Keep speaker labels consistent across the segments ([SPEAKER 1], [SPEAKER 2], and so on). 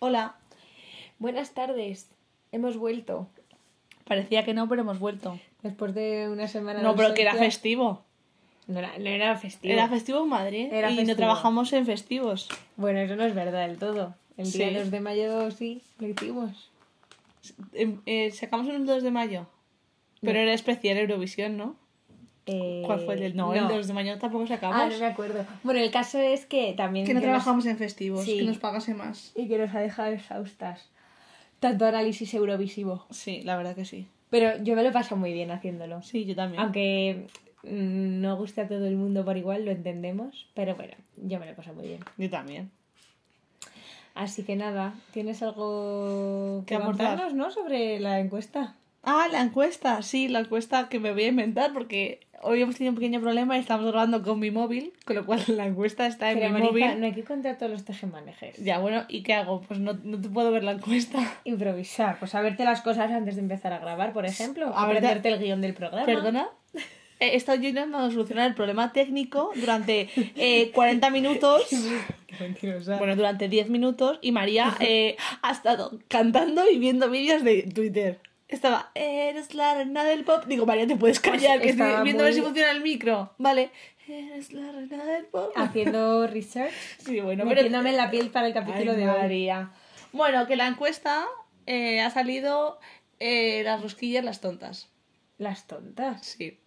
[SPEAKER 1] Hola,
[SPEAKER 2] Buenas tardes. Hemos vuelto. Parecía que no, pero hemos vuelto.
[SPEAKER 1] después de una semana.
[SPEAKER 2] No,
[SPEAKER 1] de
[SPEAKER 2] pero que era
[SPEAKER 1] ausencia-
[SPEAKER 2] festivo.
[SPEAKER 1] No era, no era festivo.
[SPEAKER 2] Era festivo en Madrid
[SPEAKER 1] Era
[SPEAKER 2] y
[SPEAKER 1] festivo.
[SPEAKER 2] no trabajamos en festivos.
[SPEAKER 1] Bueno, eso no es verdad del todo. El día
[SPEAKER 2] Sí.
[SPEAKER 1] 2 de mayo sí, lo hicimos.
[SPEAKER 2] Eh, eh, sacamos el 2 de mayo. Pero era especial Eurovisión, ¿no?
[SPEAKER 1] Eh,
[SPEAKER 2] ¿Cuál fue el del- No, el 2 de mayo tampoco sacamos.
[SPEAKER 1] Ah, no me acuerdo. Bueno, el caso es que también.
[SPEAKER 2] que no
[SPEAKER 1] nos-
[SPEAKER 2] trabajamos en festivos,
[SPEAKER 1] Sí.
[SPEAKER 2] que nos pagase más.
[SPEAKER 1] Y que nos ha dejado exhaustas. Tanto análisis eurovisivo.
[SPEAKER 2] Sí, la verdad que sí.
[SPEAKER 1] Pero yo me lo paso muy bien haciéndolo.
[SPEAKER 2] Sí, yo también.
[SPEAKER 1] Aunque mm, no guste a todo el mundo por igual, lo entendemos. Pero bueno, yo me lo paso muy bien.
[SPEAKER 2] Yo también.
[SPEAKER 1] Así que nada, ¿tienes algo que
[SPEAKER 2] Que aportar.
[SPEAKER 1] aportarnos, no? Sobre la encuesta.
[SPEAKER 2] Ah, la encuesta, sí, la encuesta que me voy a inventar porque hoy hemos tenido un pequeño problema y estamos grabando con mi móvil, con lo cual la encuesta está en
[SPEAKER 1] Pero
[SPEAKER 2] mi
[SPEAKER 1] Marisa,
[SPEAKER 2] móvil.
[SPEAKER 1] no hay que contar todos los tejemanejes.
[SPEAKER 2] Ya, bueno, ¿y qué hago? Pues no, no te puedo ver la encuesta.
[SPEAKER 1] Improvisar, pues saberte las cosas antes de empezar a grabar, por ejemplo.
[SPEAKER 2] A ver,
[SPEAKER 1] aprenderte el guión del programa.
[SPEAKER 2] ¿Perdona? He estado yo intentando solucionar el problema técnico durante eh, 40 minutos.
[SPEAKER 1] Qué mentirosa.
[SPEAKER 2] Bueno, durante 10 minutos y María eh, ha estado cantando y viendo vídeos de Twitter. Estaba, eres la reina del pop. Digo, María, te puedes callar, que estoy
[SPEAKER 1] Pues estaba
[SPEAKER 2] viendo a ver
[SPEAKER 1] muy-
[SPEAKER 2] si funciona el micro. Vale, eres la reina del pop.
[SPEAKER 1] Ah, Haciendo research,
[SPEAKER 2] Sí, bueno, pero...
[SPEAKER 1] metiéndome en la piel para el capítulo
[SPEAKER 2] Ay,
[SPEAKER 1] de hoy.
[SPEAKER 2] María. Bueno, que la encuesta eh, ha salido eh, las rosquillas, las tontas.
[SPEAKER 1] Las tontas.
[SPEAKER 2] Sí.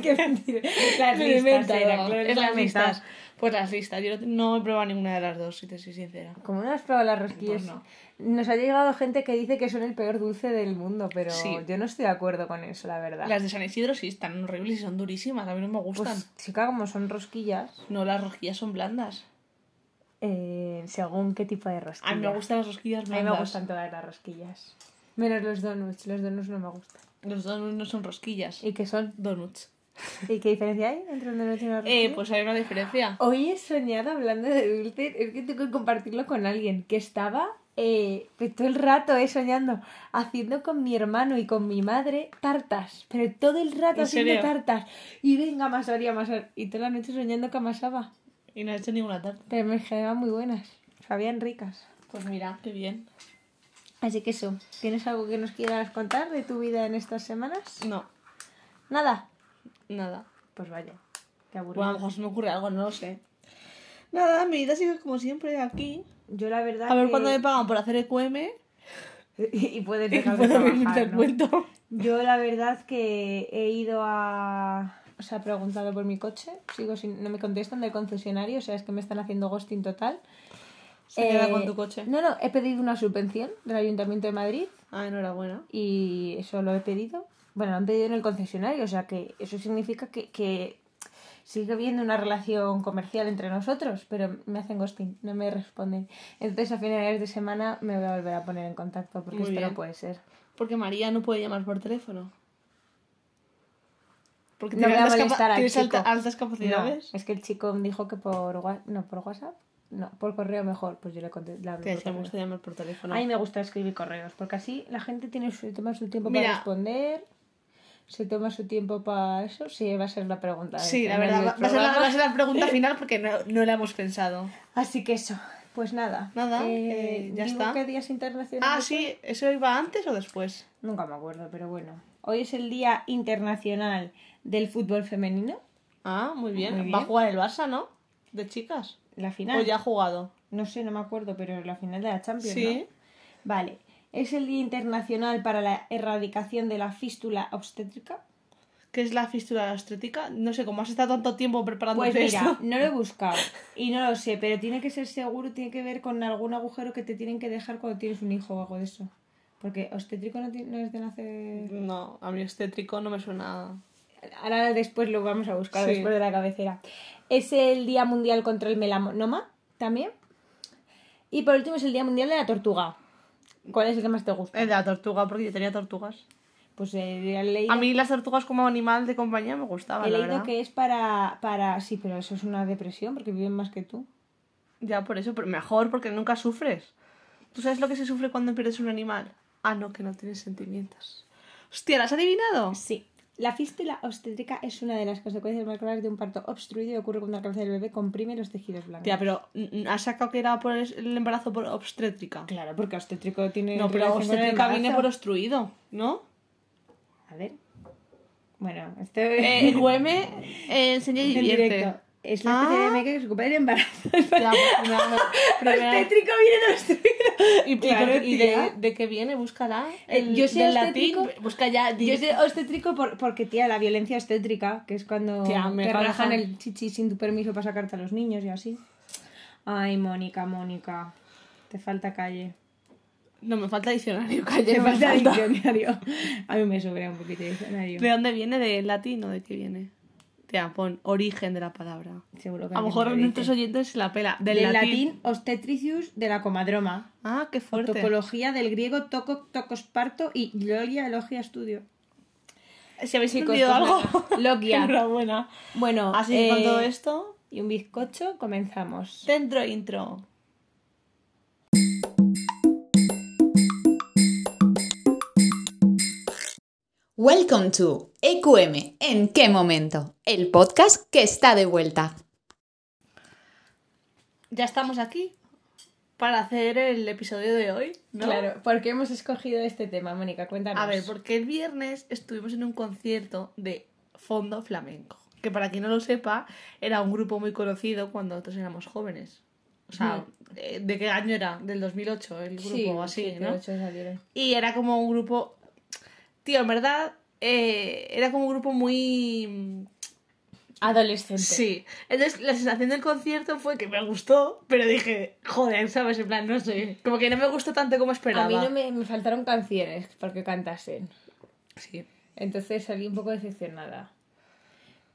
[SPEAKER 1] Qué mentira. Las
[SPEAKER 2] Me lo he
[SPEAKER 1] listas,
[SPEAKER 2] inventado.
[SPEAKER 1] era, claro,
[SPEAKER 2] es
[SPEAKER 1] las
[SPEAKER 2] las
[SPEAKER 1] listas.
[SPEAKER 2] listas. Pues las listas. Yo no, no he probado ninguna de las dos, si te soy sincera.
[SPEAKER 1] Como no has probado las rosquillas,
[SPEAKER 2] Pues no.
[SPEAKER 1] nos ha llegado gente que dice que son el peor dulce del mundo, pero
[SPEAKER 2] Sí.
[SPEAKER 1] yo no estoy de acuerdo con eso, la verdad.
[SPEAKER 2] Las de San Isidro sí están horribles y son durísimas. A mí no me gustan.
[SPEAKER 1] Pues, chica, como son rosquillas,
[SPEAKER 2] No, las rosquillas son blandas.
[SPEAKER 1] eh, según qué tipo de rosquillas.
[SPEAKER 2] A mí me gustan las rosquillas
[SPEAKER 1] A mí
[SPEAKER 2] blandas.
[SPEAKER 1] me gustan todas las rosquillas. Menos los donuts, los donuts no me gustan.
[SPEAKER 2] Los donuts no son rosquillas.
[SPEAKER 1] ¿Y qué son?
[SPEAKER 2] Donuts.
[SPEAKER 1] ¿Y qué diferencia hay entre un donut y una rosquilla?
[SPEAKER 2] Eh, pues hay una diferencia.
[SPEAKER 1] Hoy he soñado hablando de dulce, es que tengo que compartirlo con alguien, que estaba eh, que todo el rato eh, soñando, haciendo con mi hermano y con mi madre tartas, pero todo el rato
[SPEAKER 2] ¿En
[SPEAKER 1] haciendo
[SPEAKER 2] serio?
[SPEAKER 1] tartas. Y venga, amasar y amasar. Y toda la noche soñando que amasaba.
[SPEAKER 2] Y no he hecho ninguna tarta.
[SPEAKER 1] Pero me quedaban muy buenas, sabían ricas.
[SPEAKER 2] Pues mira, qué bien.
[SPEAKER 1] Así que eso, ¿tienes algo que nos quieras contar de tu vida en estas semanas?
[SPEAKER 2] No,
[SPEAKER 1] Nada.
[SPEAKER 2] nada.
[SPEAKER 1] Pues vaya,
[SPEAKER 2] Bueno, a
[SPEAKER 1] qué aburrido.
[SPEAKER 2] lo mejor se me ocurre algo, no lo sé. Nada, mi vida sigue como siempre aquí.
[SPEAKER 1] Yo la verdad
[SPEAKER 2] A ver
[SPEAKER 1] que-
[SPEAKER 2] cuándo me pagan por hacer EQM
[SPEAKER 1] y puedes
[SPEAKER 2] y
[SPEAKER 1] dejar de
[SPEAKER 2] puedo
[SPEAKER 1] trabajar,
[SPEAKER 2] venirte al
[SPEAKER 1] ¿no?
[SPEAKER 2] cuento.
[SPEAKER 1] Yo la verdad que he ido a... O sea, he preguntado por mi coche, sigo sin... no me contestan del concesionario, o sea, es que me están haciendo ghosting total.
[SPEAKER 2] Se queda
[SPEAKER 1] Eh,
[SPEAKER 2] con tu coche.
[SPEAKER 1] No, no, he pedido una subvención del Ayuntamiento de Madrid
[SPEAKER 2] Ah, enhorabuena.
[SPEAKER 1] y eso lo he pedido. Bueno, lo han pedido en el concesionario, o sea, que eso significa que, que sigue habiendo una relación comercial entre nosotros, pero me hacen ghosting, no me responden. Entonces a finales de semana me voy a volver a poner en contacto, porque
[SPEAKER 2] Muy
[SPEAKER 1] esto
[SPEAKER 2] bien.
[SPEAKER 1] no puede ser.
[SPEAKER 2] Porque María no puede llamar por teléfono. Porque
[SPEAKER 1] No voy a
[SPEAKER 2] altas capa-
[SPEAKER 1] molestar al
[SPEAKER 2] tienes alta-
[SPEAKER 1] chico.
[SPEAKER 2] altas capacidades.
[SPEAKER 1] No, es que el chico me dijo que por WhatsApp, no, por WhatsApp, no, por correo mejor, pues yo le conté. le hablé
[SPEAKER 2] Te decía,
[SPEAKER 1] por
[SPEAKER 2] me
[SPEAKER 1] correo.
[SPEAKER 2] gusta llamar por teléfono.
[SPEAKER 1] A mí me gusta escribir correos, porque así la gente tiene su, toma su tiempo
[SPEAKER 2] Mira.
[SPEAKER 1] para responder, se toma su tiempo para eso, sí, va a ser la pregunta. ¿eh? del
[SPEAKER 2] sí, la
[SPEAKER 1] final
[SPEAKER 2] verdad. Va,
[SPEAKER 1] del
[SPEAKER 2] va a ser la,
[SPEAKER 1] programa.
[SPEAKER 2] va a ser la pregunta final porque no, no la hemos pensado.
[SPEAKER 1] Así que eso, pues nada.
[SPEAKER 2] Nada, eh, ya
[SPEAKER 1] digo
[SPEAKER 2] está.
[SPEAKER 1] que días internacionales?
[SPEAKER 2] Ah, sí, ¿eso iba antes o después?
[SPEAKER 1] Nunca me acuerdo, pero bueno. Hoy es el Día Internacional del Fútbol Femenino,
[SPEAKER 2] Ah, muy bien.
[SPEAKER 1] Muy bien.
[SPEAKER 2] Va a jugar el Barça, ¿no? De chicas.
[SPEAKER 1] la final.
[SPEAKER 2] O Pues ya ha jugado.
[SPEAKER 1] No sé, no me acuerdo, pero la final de la Champions,
[SPEAKER 2] Sí.
[SPEAKER 1] ¿no? Vale. Es el Día Internacional para la Erradicación de la Fístula Obstétrica.
[SPEAKER 2] ¿Qué es la fístula obstétrica? No sé, cómo has estado tanto tiempo preparando
[SPEAKER 1] Pues mira,
[SPEAKER 2] esto.
[SPEAKER 1] no lo he buscado y no lo sé, pero tiene que ser seguro, tiene que ver con algún agujero que te tienen que dejar cuando tienes un hijo o algo de eso. Porque obstétrico no, ti- no es de nacer...
[SPEAKER 2] No, a mí obstétrico no me suena.
[SPEAKER 1] Ahora después lo vamos a buscar,
[SPEAKER 2] Sí.
[SPEAKER 1] después de la cabecera. Es el Día Mundial contra el Melanoma, también. Y por último es el Día Mundial de la Tortuga. ¿Cuál es el que más te gusta?
[SPEAKER 2] El Eh, de la tortuga, porque yo tenía tortugas.
[SPEAKER 1] Pues eh, he leído
[SPEAKER 2] A mí las tortugas como animal de compañía me gustaban,
[SPEAKER 1] He
[SPEAKER 2] la
[SPEAKER 1] leído
[SPEAKER 2] Ah, verdad.
[SPEAKER 1] que es para, para... Sí, pero eso es una depresión porque viven más que tú.
[SPEAKER 2] Ya por eso, pero mejor porque nunca sufres. ¿Tú sabes lo que se sufre cuando pierdes un animal? Ah, no, que no tienes sentimientos. Hostia, ¿las has adivinado?
[SPEAKER 1] Sí. La fístula obstétrica es una de las consecuencias más graves de un parto obstruido y ocurre cuando el cáncer del bebé comprime los tejidos blancos.
[SPEAKER 2] Tía, pero mm, mm, ¿has sacado que era por el el embarazo por obstétrica?
[SPEAKER 1] Claro, porque obstétrico tiene.
[SPEAKER 2] No, pero
[SPEAKER 1] relación con el
[SPEAKER 2] obstétrica viene por
[SPEAKER 1] embarazo.
[SPEAKER 2] obstruido, ¿no?
[SPEAKER 1] A ver. Bueno, este.
[SPEAKER 2] Eh, Güeme, eh, enseña y
[SPEAKER 1] en
[SPEAKER 2] divierte.
[SPEAKER 1] directo. Es la especie
[SPEAKER 2] Ah.
[SPEAKER 1] de médica que se ocupa del embarazo.
[SPEAKER 2] Tía, pues, no, no, primera-
[SPEAKER 1] Obstétrico viene de obstruido.
[SPEAKER 2] ¿Y, y-
[SPEAKER 1] Claro,
[SPEAKER 2] y
[SPEAKER 1] tía.
[SPEAKER 2] de, de qué viene? Búscala.
[SPEAKER 1] Eh,
[SPEAKER 2] El-
[SPEAKER 1] yo soy
[SPEAKER 2] del
[SPEAKER 1] obstétrico.
[SPEAKER 2] latín. Busca ya. di-
[SPEAKER 1] Yo soy obstétrico por- porque, tía, la violencia obstétrica, que es cuando
[SPEAKER 2] Tía, me
[SPEAKER 1] te
[SPEAKER 2] rajan.
[SPEAKER 1] rajan el chichi sin tu permiso para sacarte a los niños y así. Ay, Mónica, Mónica, te falta calle.
[SPEAKER 2] No, me falta diccionario, calle.
[SPEAKER 1] Te
[SPEAKER 2] me
[SPEAKER 1] falta
[SPEAKER 2] falta.
[SPEAKER 1] diccionario. A mí me sobra un poquito de diccionario.
[SPEAKER 2] ¿De dónde viene? ¿De latín o de qué viene? Tía, pon origen de la palabra.
[SPEAKER 1] Seguro que
[SPEAKER 2] A lo
[SPEAKER 1] alguien
[SPEAKER 2] mejor
[SPEAKER 1] lo
[SPEAKER 2] a
[SPEAKER 1] dice.
[SPEAKER 2] nuestros oyentes se la pela. Del,
[SPEAKER 1] Del latín,
[SPEAKER 2] latín.
[SPEAKER 1] obstetricius de la comadroma.
[SPEAKER 2] Ah, qué fuerte.
[SPEAKER 1] Topología del griego toco, tocos parto y logia, elogia, estudio.
[SPEAKER 2] Si habéis
[SPEAKER 1] Chicos,
[SPEAKER 2] entendido
[SPEAKER 1] pues
[SPEAKER 2] algo.
[SPEAKER 1] nada, Logia.
[SPEAKER 2] Enhorabuena.
[SPEAKER 1] Bueno,
[SPEAKER 2] Así que con
[SPEAKER 1] eh,
[SPEAKER 2] todo esto,
[SPEAKER 1] y un bizcocho, comenzamos.
[SPEAKER 2] dentro intro.
[SPEAKER 3] Welcome to EQM, ¿en qué momento? El podcast que está de vuelta.
[SPEAKER 2] Ya estamos aquí para hacer el episodio de hoy. ¿no?
[SPEAKER 1] Claro, ¿por qué hemos escogido este tema, Mónica? Cuéntanos.
[SPEAKER 2] A ver, porque el viernes estuvimos en un concierto de fondo flamenco, que para quien no lo sepa, era un grupo muy conocido cuando nosotros éramos jóvenes. O sea, eh, ¿de qué año era? Del 2008, el grupo
[SPEAKER 1] Mm. Sí,
[SPEAKER 2] o así,
[SPEAKER 1] sí,
[SPEAKER 2] ¿no?
[SPEAKER 1] de ocho salieron.
[SPEAKER 2] Y era como un grupo. Tío, en verdad, eh, era como un grupo muy.
[SPEAKER 1] Adolescente.
[SPEAKER 2] Sí. Entonces, la sensación del concierto fue que me gustó, pero dije, joder, ¿sabes? En plan, no sé. Como que no me gustó tanto como esperaba.
[SPEAKER 1] A mí no me, me faltaron canciones porque cantasen.
[SPEAKER 2] Sí.
[SPEAKER 1] Entonces salí un poco decepcionada.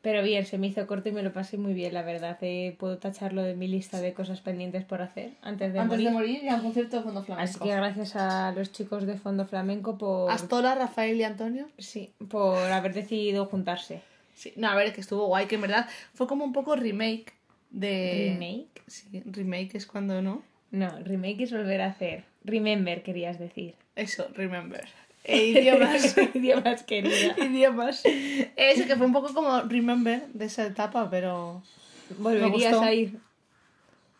[SPEAKER 1] Pero bien, se me hizo corto y me lo pasé muy bien, la verdad. Eh, puedo tacharlo de mi lista de cosas pendientes por hacer antes de morir.
[SPEAKER 2] era un concierto de fondo flamenco.
[SPEAKER 1] Así que gracias a los chicos de Fondo Flamenco por,
[SPEAKER 2] Astola, Rafael y Antonio.
[SPEAKER 1] sí, por haber decidido juntarse.
[SPEAKER 2] Sí, no, a ver, que estuvo guay, que en verdad fue como un poco remake de.
[SPEAKER 1] ¿Remake?
[SPEAKER 2] Sí, remake es cuando no.
[SPEAKER 1] No, remake es volver a hacer. Remember, querías decir.
[SPEAKER 2] Eso, remember. E idiomas.
[SPEAKER 1] Idiomas querida.
[SPEAKER 2] idiomas. Eso que fue un poco como remember de esa etapa, pero.
[SPEAKER 1] ¿Volverías
[SPEAKER 2] gustó.
[SPEAKER 1] a ir?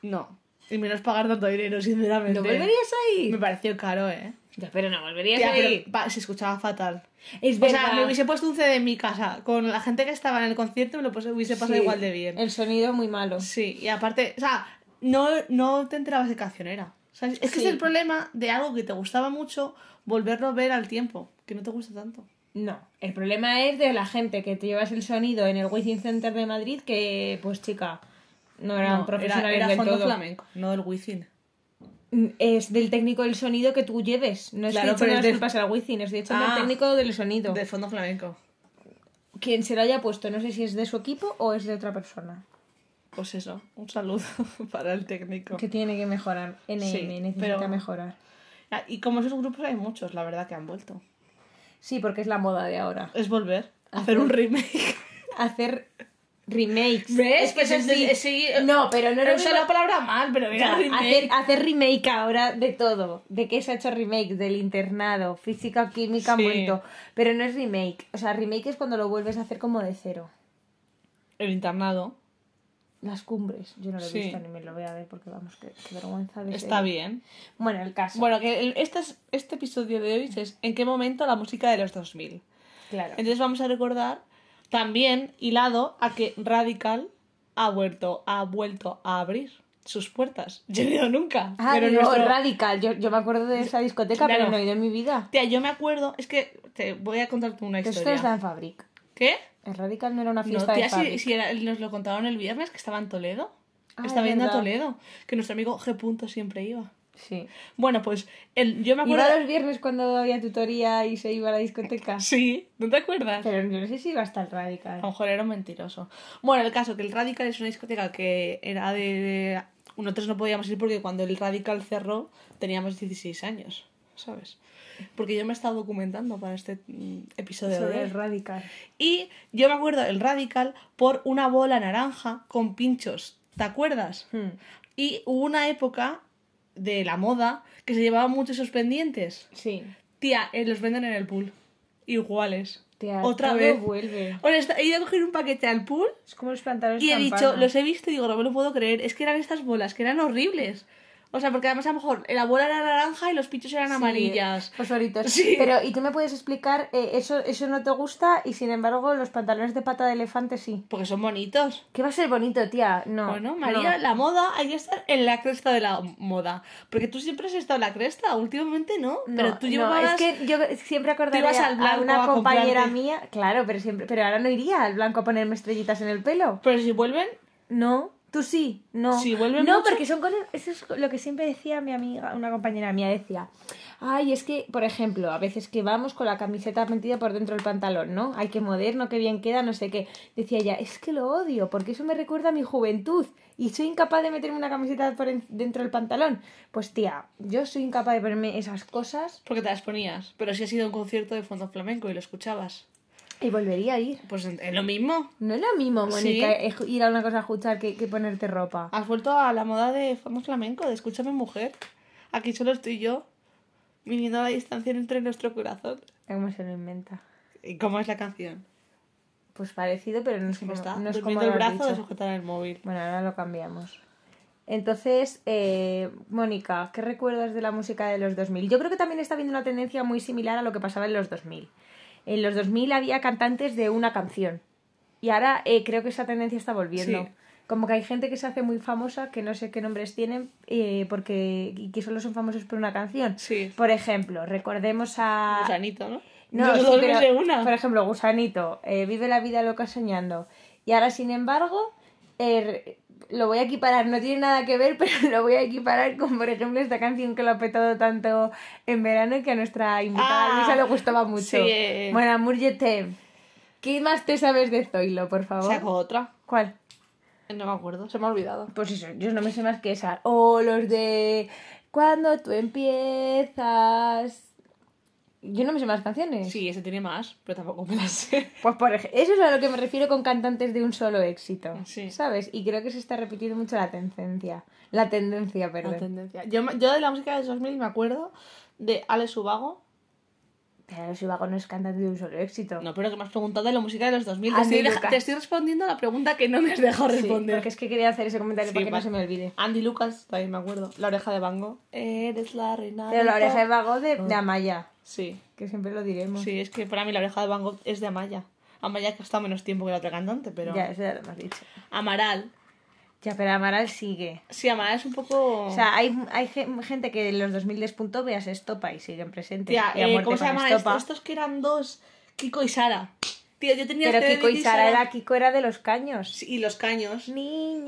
[SPEAKER 2] No. Y menos pagar tanto dinero, sinceramente.
[SPEAKER 1] ¿No volverías a
[SPEAKER 2] Me
[SPEAKER 1] ir?
[SPEAKER 2] pareció caro, ¿eh?
[SPEAKER 1] Ya, pero no volverías
[SPEAKER 2] Ya,
[SPEAKER 1] a
[SPEAKER 2] pero,
[SPEAKER 1] ir.
[SPEAKER 2] pa- se escuchaba fatal.
[SPEAKER 1] Es
[SPEAKER 2] O sea, me hubiese puesto un CD en mi casa. Con la gente que estaba en el concierto me lo puse- hubiese pasado
[SPEAKER 1] Sí,
[SPEAKER 2] igual de bien.
[SPEAKER 1] El sonido muy malo.
[SPEAKER 2] Sí, y aparte, o sea, no, no te enterabas de qué canción era. ¿sabes? Es que
[SPEAKER 1] Sí.
[SPEAKER 2] es el problema de algo que te gustaba mucho, volverlo a ver al tiempo, que no te gusta tanto.
[SPEAKER 1] No, el problema es de la gente que te llevas el sonido en el Wizzing Center de Madrid que, pues chica, no eran
[SPEAKER 2] No,
[SPEAKER 1] profesionales
[SPEAKER 2] era, era
[SPEAKER 1] del
[SPEAKER 2] fondo
[SPEAKER 1] todo.
[SPEAKER 2] flamenco, no del Wizzing.
[SPEAKER 1] Mm, Es del técnico del sonido que tú lleves. No
[SPEAKER 2] Claro, pero
[SPEAKER 1] estoy echando
[SPEAKER 2] es
[SPEAKER 1] las
[SPEAKER 2] del-
[SPEAKER 1] culpas al Wizzing, estoy echando
[SPEAKER 2] Ah.
[SPEAKER 1] al técnico del sonido.
[SPEAKER 2] De fondo flamenco.
[SPEAKER 1] Quien se lo haya puesto, no sé si es de su equipo o es de otra persona.
[SPEAKER 2] Pues eso, un saludo para el técnico.
[SPEAKER 1] Que tiene que mejorar. NM
[SPEAKER 2] Sí,
[SPEAKER 1] necesita
[SPEAKER 2] pero-
[SPEAKER 1] mejorar.
[SPEAKER 2] Ah, Y como esos grupos hay muchos, la verdad, que han vuelto.
[SPEAKER 1] Sí, porque es la moda de ahora.
[SPEAKER 2] Es volver a hacer un remake.
[SPEAKER 1] Hacer remakes.
[SPEAKER 2] ¿Ves? Pues
[SPEAKER 1] eso
[SPEAKER 2] es-
[SPEAKER 1] sí.
[SPEAKER 2] es- sí, eh,
[SPEAKER 1] No, pero no
[SPEAKER 2] He
[SPEAKER 1] lo
[SPEAKER 2] usado la palabra mal, pero
[SPEAKER 1] Ya,
[SPEAKER 2] era
[SPEAKER 1] hacer,
[SPEAKER 2] remake.
[SPEAKER 1] hacer remake ahora de todo. De que se ha hecho remake del internado, física o química han
[SPEAKER 2] Sí.
[SPEAKER 1] vuelto. Pero no es remake. O sea, remake es cuando lo vuelves a hacer como de cero.
[SPEAKER 2] El internado
[SPEAKER 1] Las cumbres. Yo no lo he
[SPEAKER 2] Sí.
[SPEAKER 1] visto ni me lo voy a ver porque vamos, qué, qué vergüenza de
[SPEAKER 2] está
[SPEAKER 1] ser.
[SPEAKER 2] bien.
[SPEAKER 1] Bueno, el caso.
[SPEAKER 2] Bueno, que el- este, es- este episodio de hoy es ¿En qué momento la música de los 2000?
[SPEAKER 1] claro.
[SPEAKER 2] Entonces vamos a recordar también hilado a que Radical ha vuelto, ha vuelto a abrir sus puertas. Yo no he ido nunca.
[SPEAKER 1] Ah,
[SPEAKER 2] pero
[SPEAKER 1] digo,
[SPEAKER 2] nuestro-
[SPEAKER 1] radical. Yo, yo me acuerdo de esa discoteca,
[SPEAKER 2] Claro.
[SPEAKER 1] pero no he ido en mi vida.
[SPEAKER 2] Tía, yo me acuerdo, es que te voy a contarte una
[SPEAKER 1] Que esto es
[SPEAKER 2] historia.
[SPEAKER 1] Dan Fabric.
[SPEAKER 2] ¿Qué?
[SPEAKER 1] El radical no era una
[SPEAKER 2] No,
[SPEAKER 1] fiesta
[SPEAKER 2] tía,
[SPEAKER 1] de
[SPEAKER 2] si,
[SPEAKER 1] Fabric.
[SPEAKER 2] si era- nos lo contaron el viernes que estaba en Toledo.
[SPEAKER 1] Ah,
[SPEAKER 2] estaba
[SPEAKER 1] es
[SPEAKER 2] yendo a
[SPEAKER 1] verdad.
[SPEAKER 2] Toledo. Que nuestro amigo G. Punto siempre iba.
[SPEAKER 1] Sí.
[SPEAKER 2] Bueno, pues el, yo me acuerdo.
[SPEAKER 1] Iba los viernes cuando había tutoría y se iba a la discoteca.
[SPEAKER 2] Sí, ¿no te acuerdas?
[SPEAKER 1] Pero yo no sé si iba hasta el
[SPEAKER 2] A
[SPEAKER 1] radical.
[SPEAKER 2] lo mejor era un mentiroso. Bueno, el caso que el Radical es una discoteca que era de... de- Nosotros no podíamos ir porque cuando el Radical cerró teníamos 16 años, ¿sabes? Porque yo me he estado documentando para este mm, episodio de
[SPEAKER 1] Sobre el
[SPEAKER 2] hoy.
[SPEAKER 1] radical.
[SPEAKER 2] Y yo me acuerdo el Radical por una bola naranja con pinchos, ¿te acuerdas?
[SPEAKER 1] Hmm.
[SPEAKER 2] Y hubo una época de la moda que se llevaban mucho esos pendientes.
[SPEAKER 1] Sí.
[SPEAKER 2] Tía, eh, los venden en el pool. Iguales.
[SPEAKER 1] Te
[SPEAKER 2] Otra
[SPEAKER 1] todo
[SPEAKER 2] vez.
[SPEAKER 1] vuelve.
[SPEAKER 2] Honesta, he ido a coger un paquete al pool
[SPEAKER 1] Es como los pantalones
[SPEAKER 2] y he dicho,
[SPEAKER 1] campana.
[SPEAKER 2] los he visto y digo, no me lo puedo creer. Es que eran estas bolas, que eran horribles. O sea, porque además a lo mejor la bola era naranja y los pinchos eran
[SPEAKER 1] Sí,
[SPEAKER 2] amarillas.
[SPEAKER 1] fosforitos.
[SPEAKER 2] Sí.
[SPEAKER 1] Pero, ¿y tú me puedes explicar eh, eso, eso no te gusta y sin embargo los pantalones de pata de elefante sí?
[SPEAKER 2] Porque son bonitos.
[SPEAKER 1] ¿Qué va a ser bonito, tía? No.
[SPEAKER 2] Bueno, María,
[SPEAKER 1] no.
[SPEAKER 2] la moda hay que estar en la cresta de la moda. Porque tú siempre has estado en la cresta, últimamente no.
[SPEAKER 1] No,
[SPEAKER 2] pero tú
[SPEAKER 1] no,
[SPEAKER 2] llevabas.
[SPEAKER 1] es que yo siempre acordaré
[SPEAKER 2] ibas al
[SPEAKER 1] a
[SPEAKER 2] Blanco
[SPEAKER 1] una
[SPEAKER 2] a
[SPEAKER 1] compañera
[SPEAKER 2] comprarte.
[SPEAKER 1] mía, claro, pero siempre, pero ahora no iría al blanco a ponerme estrellitas en el pelo.
[SPEAKER 2] Pero si vuelven,
[SPEAKER 1] No, tú sí, no.
[SPEAKER 2] Si vuelve
[SPEAKER 1] no,
[SPEAKER 2] mucho.
[SPEAKER 1] porque son colores. Eso es lo que siempre decía mi amiga, una compañera mía, decía. Ay, es que, por ejemplo, a veces que vamos con la camiseta metida por dentro del pantalón, ¿no? Ay, qué moderno, qué bien queda, no sé qué. Decía ella, es que lo odio, porque eso me recuerda a mi juventud y soy incapaz de meterme una camiseta por en- dentro del pantalón. Pues tía, yo soy incapaz de ponerme esas cosas
[SPEAKER 2] porque te las ponías. Pero si has ido a un concierto de fondo flamenco y lo escuchabas.
[SPEAKER 1] y volvería a ir.
[SPEAKER 2] Pues es lo mismo.
[SPEAKER 1] No es lo mismo,
[SPEAKER 2] Sí.
[SPEAKER 1] Mónica, eju- ir a una cosa a escuchar que, que ponerte ropa.
[SPEAKER 2] Has vuelto a la moda de fondo flamenco, de escúchame mujer. Aquí solo estoy yo, midiendo la distancia entre nuestro corazón.
[SPEAKER 1] ¿Cómo se lo inventa?
[SPEAKER 2] ¿Y cómo es la canción?
[SPEAKER 1] Pues parecido, pero no es
[SPEAKER 2] Se me
[SPEAKER 1] como,
[SPEAKER 2] está
[SPEAKER 1] no es como
[SPEAKER 2] durmiendo
[SPEAKER 1] lo
[SPEAKER 2] el
[SPEAKER 1] has
[SPEAKER 2] brazo de
[SPEAKER 1] dicho.
[SPEAKER 2] sujetar el móvil.
[SPEAKER 1] Bueno, ahora lo cambiamos. Entonces, eh, Mónica, ¿qué recuerdas de la música de los 2000? Yo creo que también está habiendo una tendencia muy similar a lo que pasaba en los 2000. En los 2000 había cantantes de una canción. Y ahora eh, creo que esa tendencia está volviendo.
[SPEAKER 2] Sí.
[SPEAKER 1] Como que hay gente que se hace muy famosa, que no sé qué nombres tienen, eh, porque y que solo son famosos por una canción.
[SPEAKER 2] Sí.
[SPEAKER 1] Por ejemplo, recordemos a...
[SPEAKER 2] Gusanito, ¿no?
[SPEAKER 1] No,
[SPEAKER 2] Dos
[SPEAKER 1] sí,
[SPEAKER 2] golpes
[SPEAKER 1] pero,
[SPEAKER 2] de una.
[SPEAKER 1] Por ejemplo, Gusanito, eh, vive la vida loca soñando. Y ahora, sin embargo, eh, lo voy a equiparar, no tiene nada que ver, pero lo voy a equiparar con, por ejemplo, esta canción que lo ha petado tanto en verano y que a nuestra invitada
[SPEAKER 2] Ah,
[SPEAKER 1] Luisa le gustaba mucho.
[SPEAKER 2] sí, eh.
[SPEAKER 1] Bueno, Amor je t'aime. ¿Qué más te sabes de Zoilo, por favor?
[SPEAKER 2] eh, Saco otra.
[SPEAKER 1] ¿Cuál?
[SPEAKER 2] No me acuerdo, se me ha olvidado.
[SPEAKER 1] Pues eso, yo no me sé más que esa. O los de cuando tú empiezas. Yo no me sé más canciones.
[SPEAKER 2] Sí, ese tiene más, pero tampoco me la sé.
[SPEAKER 1] Pues por ej- eso es a lo que me refiero con cantantes de un solo éxito,
[SPEAKER 2] Sí.
[SPEAKER 1] ¿sabes? Y creo que se está repitiendo mucho la tendencia, la tendencia, perdón.
[SPEAKER 2] La tendencia. Yo, me- yo de la música de los 2000 me acuerdo de Alex Ubago.
[SPEAKER 1] Pero si Vago no es cantante de un solo éxito.
[SPEAKER 2] No, pero que me has preguntado de la música de los 2000. Te
[SPEAKER 1] Andy
[SPEAKER 2] estoy, deja-
[SPEAKER 1] Lucas.
[SPEAKER 2] te estoy respondiendo a la pregunta que no me has dejado
[SPEAKER 1] Sí,
[SPEAKER 2] responder.
[SPEAKER 1] porque es que quería hacer ese comentario
[SPEAKER 2] Sí,
[SPEAKER 1] para que
[SPEAKER 2] vale.
[SPEAKER 1] no se me olvide.
[SPEAKER 2] Andy Lucas, también me acuerdo. La oreja de Bango. Eres la reina.
[SPEAKER 1] Pero la
[SPEAKER 2] del
[SPEAKER 1] oreja de
[SPEAKER 2] pop.
[SPEAKER 1] Vago de, de Amaya,
[SPEAKER 2] Sí,
[SPEAKER 1] que siempre lo diremos.
[SPEAKER 2] Oh. sí, es que para mí la oreja de Bango es de Amaya. Amaya que ha estado menos tiempo que la otra cantante, pero.
[SPEAKER 1] Ya, eso ya lo hemos dicho.
[SPEAKER 2] Amaral.
[SPEAKER 1] Ya, pero Amaral sigue.
[SPEAKER 2] Sí, Amaral es un poco.
[SPEAKER 1] O sea, hay, hay gen- gente que en los 2000 despuntó, veas Estopa y siguen presentes.
[SPEAKER 2] Tía,
[SPEAKER 1] Y a
[SPEAKER 2] eh,
[SPEAKER 1] muerte
[SPEAKER 2] ¿cómo se
[SPEAKER 1] con
[SPEAKER 2] llama
[SPEAKER 1] Estopa.
[SPEAKER 2] esto? Estos que eran dos, Kiko y Sara. Tío, yo tenía
[SPEAKER 1] Pero
[SPEAKER 2] este
[SPEAKER 1] Kiko y
[SPEAKER 2] DVD
[SPEAKER 1] Sara, era, Kiko era de los caños.
[SPEAKER 2] Sí, Y los caños.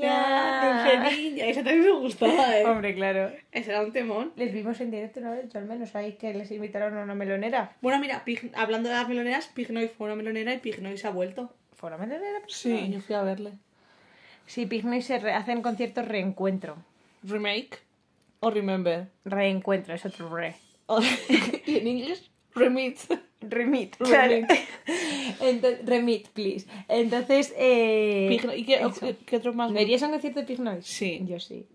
[SPEAKER 1] Niña.
[SPEAKER 2] Ya, dulce niña. Esa también me gustaba, eh.
[SPEAKER 1] Hombre, claro.
[SPEAKER 2] Ese era un temón.
[SPEAKER 1] Les vimos en directo una vez, yo al menos, ahí que les invitaron a una melonera.
[SPEAKER 2] Bueno, mira, Pig- hablando de las meloneras, Pignoy fue una melonera y Pignoy se ha vuelto.
[SPEAKER 1] ¿Fue una melonera? Pues
[SPEAKER 2] yo fui a verle.
[SPEAKER 1] Sí, Pigme se re- hacen conciertos reencuentro.
[SPEAKER 2] Remake o Remember.
[SPEAKER 1] Reencuentro, es otro re.
[SPEAKER 2] O- y en inglés, Remit.
[SPEAKER 1] Remit, claro.
[SPEAKER 2] Remit.
[SPEAKER 1] Ento- remit, please. Entonces, eh...
[SPEAKER 2] Pigno- ¿Y qué, o-
[SPEAKER 1] eso.
[SPEAKER 2] qué otro más?
[SPEAKER 1] ¿No irías a un concierto de Pig Noise?
[SPEAKER 2] Sí.
[SPEAKER 1] Yo sí.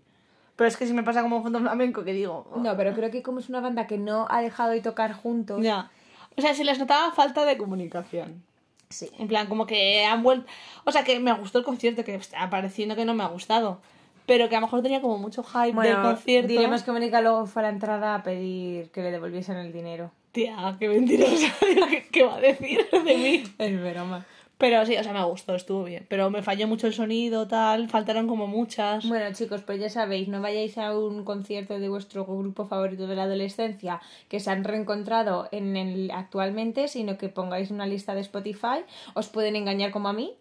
[SPEAKER 2] Pero es que si me pasa como fondo flamenco, que digo. "Oh".
[SPEAKER 1] No, pero creo que como es una banda que no ha dejado de tocar juntos...
[SPEAKER 2] Ya. O sea, se les notaba falta de comunicación.
[SPEAKER 1] Sí.
[SPEAKER 2] En plan, como que han vuelto. O sea, que me gustó el concierto, que está pareciendo que no me ha gustado. Pero que a lo mejor tenía como mucho hype del
[SPEAKER 1] Bueno,
[SPEAKER 2] concierto.
[SPEAKER 1] diremos que Mónica luego fue a la entrada a pedir que le devolviesen el dinero.
[SPEAKER 2] Tía, qué mentirosa. ¿Qué, qué va a decir de mí?
[SPEAKER 1] Es broma.
[SPEAKER 2] Pero sí, o sea, me gustó, estuvo bien. Pero me falló mucho el sonido, tal. Faltaron como muchas.
[SPEAKER 1] Bueno, chicos, pues ya sabéis, no vayáis a un concierto de vuestro grupo favorito de la adolescencia que se han reencontrado en el actualmente, sino que pongáis una lista de Spotify. Os pueden engañar como a mí,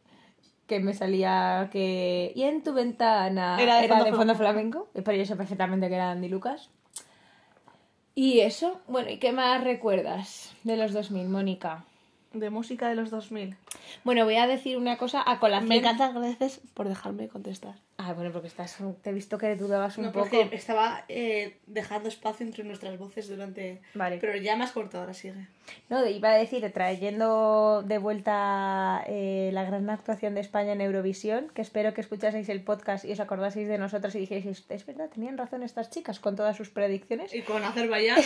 [SPEAKER 1] que me salía que. Y en tu ventana
[SPEAKER 2] Era de fondo
[SPEAKER 1] flamenco. Pero yo sé perfectamente que era Andy Lucas. Y eso, bueno, ¿y qué más recuerdas de los 2000, Mónica?
[SPEAKER 2] De música de los 2000.
[SPEAKER 1] Bueno, voy a decir una cosa a colación.
[SPEAKER 2] Me encanta, gracias por dejarme contestar.
[SPEAKER 1] Ah, bueno, porque estás, te he visto que dudabas un
[SPEAKER 2] No,
[SPEAKER 1] poco.
[SPEAKER 2] porque estaba eh, dejando espacio entre nuestras voces durante.
[SPEAKER 1] Vale.
[SPEAKER 2] Pero ya me has cortado, ahora sigue.
[SPEAKER 1] No, de- iba a decir, trayendo de vuelta eh, la gran actuación de España en Eurovisión, que espero que escuchaseis el podcast y os acordaseis de nosotros y dijeseis, es verdad, tenían razón estas chicas con todas sus predicciones.
[SPEAKER 2] Y con Azerbaiyán.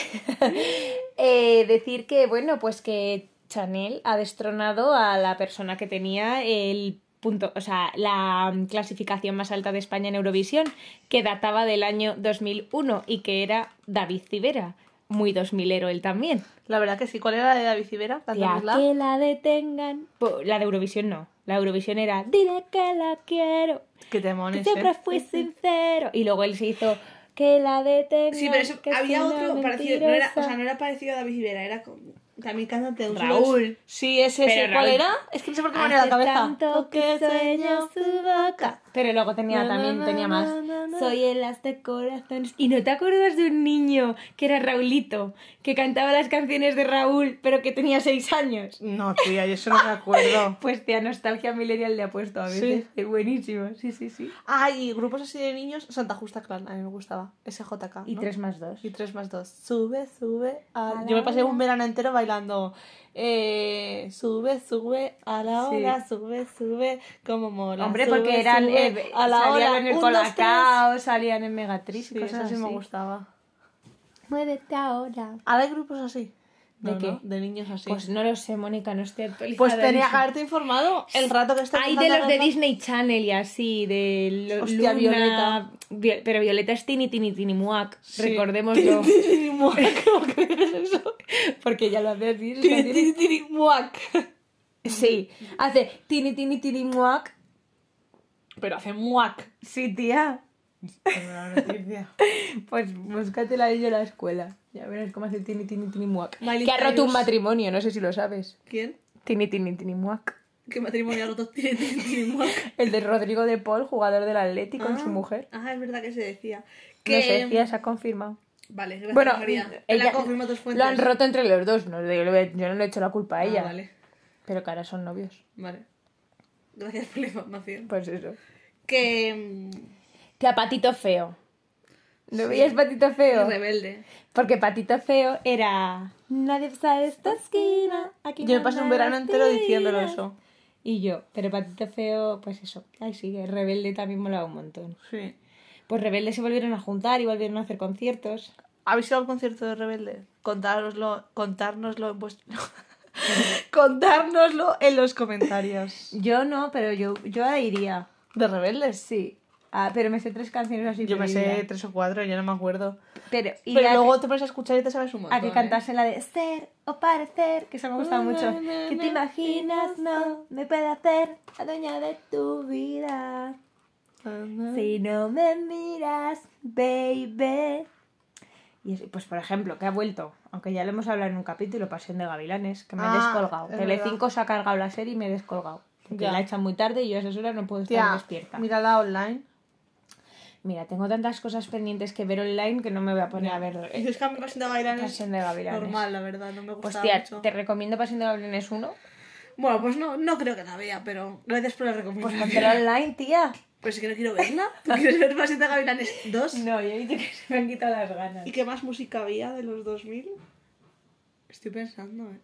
[SPEAKER 1] Eh, decir que, bueno, pues que Chanel ha destronado a la persona que tenía el punto, o sea, la mm, clasificación más alta de España en Eurovisión, que databa del año 2001 y que era David Civera, muy 2000ero él también.
[SPEAKER 2] La verdad que sí. ¿Cuál era la de David Civera?
[SPEAKER 1] Ya
[SPEAKER 2] Cantárnosla.
[SPEAKER 1] que la detengan. Po- La de Eurovisión no. La de Eurovisión era Dile que la quiero.
[SPEAKER 2] Qué
[SPEAKER 1] que
[SPEAKER 2] temones,
[SPEAKER 1] siempre
[SPEAKER 2] eh.
[SPEAKER 1] fui sincero. Y luego él se hizo que la detengan.
[SPEAKER 2] Sí, pero eso,
[SPEAKER 1] que es
[SPEAKER 2] había
[SPEAKER 1] una
[SPEAKER 2] otro parecido. No era, o
[SPEAKER 1] mentirosa.
[SPEAKER 2] sea, no era parecido a David Civera, era con- también cantante de un solo-
[SPEAKER 1] Raúl.
[SPEAKER 2] Sí, ese,
[SPEAKER 1] Pero
[SPEAKER 2] ese. ¿Cuál
[SPEAKER 1] Raúl.
[SPEAKER 2] era? Es que no sé por qué me viene a la
[SPEAKER 1] Hace
[SPEAKER 2] cabeza.
[SPEAKER 1] tanto que sueño su boca. Pero luego tenía
[SPEAKER 2] Na, na,
[SPEAKER 1] también,
[SPEAKER 2] na, na,
[SPEAKER 1] tenía más.
[SPEAKER 2] na, na.
[SPEAKER 1] Soy el as de corazones. Y no te acuerdas de un niño que era Raulito, que cantaba las canciones de Raúl, pero que tenía seis años.
[SPEAKER 2] No, tía, yo eso no me acuerdo.
[SPEAKER 1] Pues tía, nostalgia milenial le ha puesto a veces. Es buenísimo, sí, sí, sí.
[SPEAKER 2] Ay, y grupos así de niños, Santa Justa Clan, a mí me gustaba. SJK. ¿no?
[SPEAKER 1] Y tres más dos.
[SPEAKER 2] y tres más dos. Sube, sube. A...
[SPEAKER 1] A
[SPEAKER 2] Yo
[SPEAKER 1] la
[SPEAKER 2] me pasé
[SPEAKER 1] hora.
[SPEAKER 2] un verano entero bailando. eh, sube, sube, a la
[SPEAKER 1] Sí.
[SPEAKER 2] hora, sube, sube, como mola.
[SPEAKER 1] Hombre,
[SPEAKER 2] sube,
[SPEAKER 1] porque eran
[SPEAKER 2] sube,
[SPEAKER 1] eh, salían en el
[SPEAKER 2] un, dos,
[SPEAKER 1] Colacao, salían en
[SPEAKER 2] tres.
[SPEAKER 1] Megatriz,
[SPEAKER 2] Sí,
[SPEAKER 1] cosas
[SPEAKER 2] eso
[SPEAKER 1] así.
[SPEAKER 2] sí me gustaba.
[SPEAKER 1] Muévete ahora.
[SPEAKER 2] Ahora hay grupos así.
[SPEAKER 1] ¿De
[SPEAKER 2] No,
[SPEAKER 1] qué?
[SPEAKER 2] no, de niños así.
[SPEAKER 1] Pues no lo sé, Mónica, no estoy actualizada.
[SPEAKER 2] Pues tenía
[SPEAKER 1] hija.
[SPEAKER 2] que haberte informado el rato que estoy
[SPEAKER 1] Hay de
[SPEAKER 2] pensando
[SPEAKER 1] los de
[SPEAKER 2] en-
[SPEAKER 1] Disney Channel y así, de lo-
[SPEAKER 2] Hostia,
[SPEAKER 1] Luna,
[SPEAKER 2] Violeta.
[SPEAKER 1] Vi- pero Violeta es Tini Tini Tini Muac,
[SPEAKER 2] Sí.
[SPEAKER 1] recordémoslo.
[SPEAKER 2] Tiri, tiri, muac. ¿Cómo que dices eso?
[SPEAKER 1] Porque ya lo hace así. es
[SPEAKER 2] Tiri,
[SPEAKER 1] decir,
[SPEAKER 2] tiri, tiri, muac.
[SPEAKER 1] Sí, hace Tini Tini Tini Muac.
[SPEAKER 2] Pero hace muac.
[SPEAKER 1] Sí, tía.
[SPEAKER 2] noticia.
[SPEAKER 1] Pues búscatela ahí yo en la escuela. Ya verás cómo hace Tini Tini Tini Muac.
[SPEAKER 2] Miley
[SPEAKER 1] que ha roto un
[SPEAKER 2] Cyrus.
[SPEAKER 1] matrimonio, no sé si lo sabes.
[SPEAKER 2] ¿Quién?
[SPEAKER 1] Tini Tini Tini Muac.
[SPEAKER 2] ¿Qué matrimonio roto tiene tiene- tiene muac?
[SPEAKER 1] El de Rodrigo de Paul, jugador del Atleti con
[SPEAKER 2] Ah,
[SPEAKER 1] su mujer.
[SPEAKER 2] Ah, es verdad que se decía.
[SPEAKER 1] Que...
[SPEAKER 2] Que...
[SPEAKER 1] No sé, tía, se ha confirmado.
[SPEAKER 2] Vale, gracias
[SPEAKER 1] Bueno,
[SPEAKER 2] María.
[SPEAKER 1] ella-
[SPEAKER 2] la confirmo tus fuentes.
[SPEAKER 1] lo han roto entre los dos. No, le- le- yo no le he hecho la culpa a
[SPEAKER 2] Ah,
[SPEAKER 1] ella.
[SPEAKER 2] vale,
[SPEAKER 1] Pero que ahora son novios.
[SPEAKER 2] vale. Gracias por la información.
[SPEAKER 1] Pues eso.
[SPEAKER 2] Que... mm,
[SPEAKER 1] Tía, Patito Feo. ¿No
[SPEAKER 2] Sí.
[SPEAKER 1] veías Patito Feo?
[SPEAKER 2] Rebelde.
[SPEAKER 1] Porque Patito Feo era... Nadie sabe esta esquina. Aquí
[SPEAKER 2] Yo me pasé un
[SPEAKER 1] mandan
[SPEAKER 2] verano
[SPEAKER 1] las
[SPEAKER 2] entero diciéndolo
[SPEAKER 1] tiras.
[SPEAKER 2] eso.
[SPEAKER 1] Y yo, pero Patito Feo, pues eso. Ay, sí, que Rebelde también molaba un montón.
[SPEAKER 2] Sí.
[SPEAKER 1] Pues Rebelde se volvieron a juntar y volvieron a hacer conciertos.
[SPEAKER 2] ¿Habéis ido a un concierto de Rebelde? Contárnoslo, contárnoslo en vuestro... contárnoslo en los comentarios.
[SPEAKER 1] Yo no, pero yo, yo iría.
[SPEAKER 2] ¿De Rebeldes?
[SPEAKER 1] Sí. Ah, pero me sé tres canciones así.
[SPEAKER 2] Yo me
[SPEAKER 1] pero
[SPEAKER 2] sé
[SPEAKER 1] iría.
[SPEAKER 2] tres o cuatro, ya no me acuerdo.
[SPEAKER 1] Pero, y
[SPEAKER 2] Pero
[SPEAKER 1] la-
[SPEAKER 2] luego te pones a escuchar y te sabes un montón.
[SPEAKER 1] A que
[SPEAKER 2] ¿eh?
[SPEAKER 1] cantase la de ser o parecer, que esa me gustaba mucho.
[SPEAKER 2] Na, na, na,
[SPEAKER 1] Que te imaginas, no me puede hacer la dueña de tu vida.
[SPEAKER 2] Mm.
[SPEAKER 1] Si no me miras, baby. Y es- pues, por ejemplo, que ha vuelto, aunque ya lo hemos hablado en un capítulo, Pasión de Gavilanes, que me
[SPEAKER 2] Ah,
[SPEAKER 1] he descolgado.
[SPEAKER 2] es
[SPEAKER 1] Telecinco se ha cargado la serie y me he descolgado. Porque
[SPEAKER 2] Ya.
[SPEAKER 1] la echan muy tarde y yo a esas horas no puedo estar
[SPEAKER 2] Tía,
[SPEAKER 1] despierta. Mira.
[SPEAKER 2] mírala online.
[SPEAKER 1] tengo tantas cosas pendientes que ver online que no me voy a poner a ver eh,
[SPEAKER 2] Es que a mí Pasión de Gavilanes
[SPEAKER 1] Pasión de Gavilanes.
[SPEAKER 2] normal, la verdad, no me gusta
[SPEAKER 1] Hostia,
[SPEAKER 2] mucho.
[SPEAKER 1] Pues, te recomiendo Pasión de Gavilanes 1.
[SPEAKER 2] Bueno, pues no, no creo que la vea, pero gracias por la
[SPEAKER 1] Pues
[SPEAKER 2] recomendación.
[SPEAKER 1] póntelo online, tía.
[SPEAKER 2] Pero es que no quiero verla. ¿Tú quieres ver Pasión de Gavilanes 2?
[SPEAKER 1] No, yo he dicho que se me han quitado las ganas.
[SPEAKER 2] ¿Y qué más música había de los 2000? Estoy pensando, eh.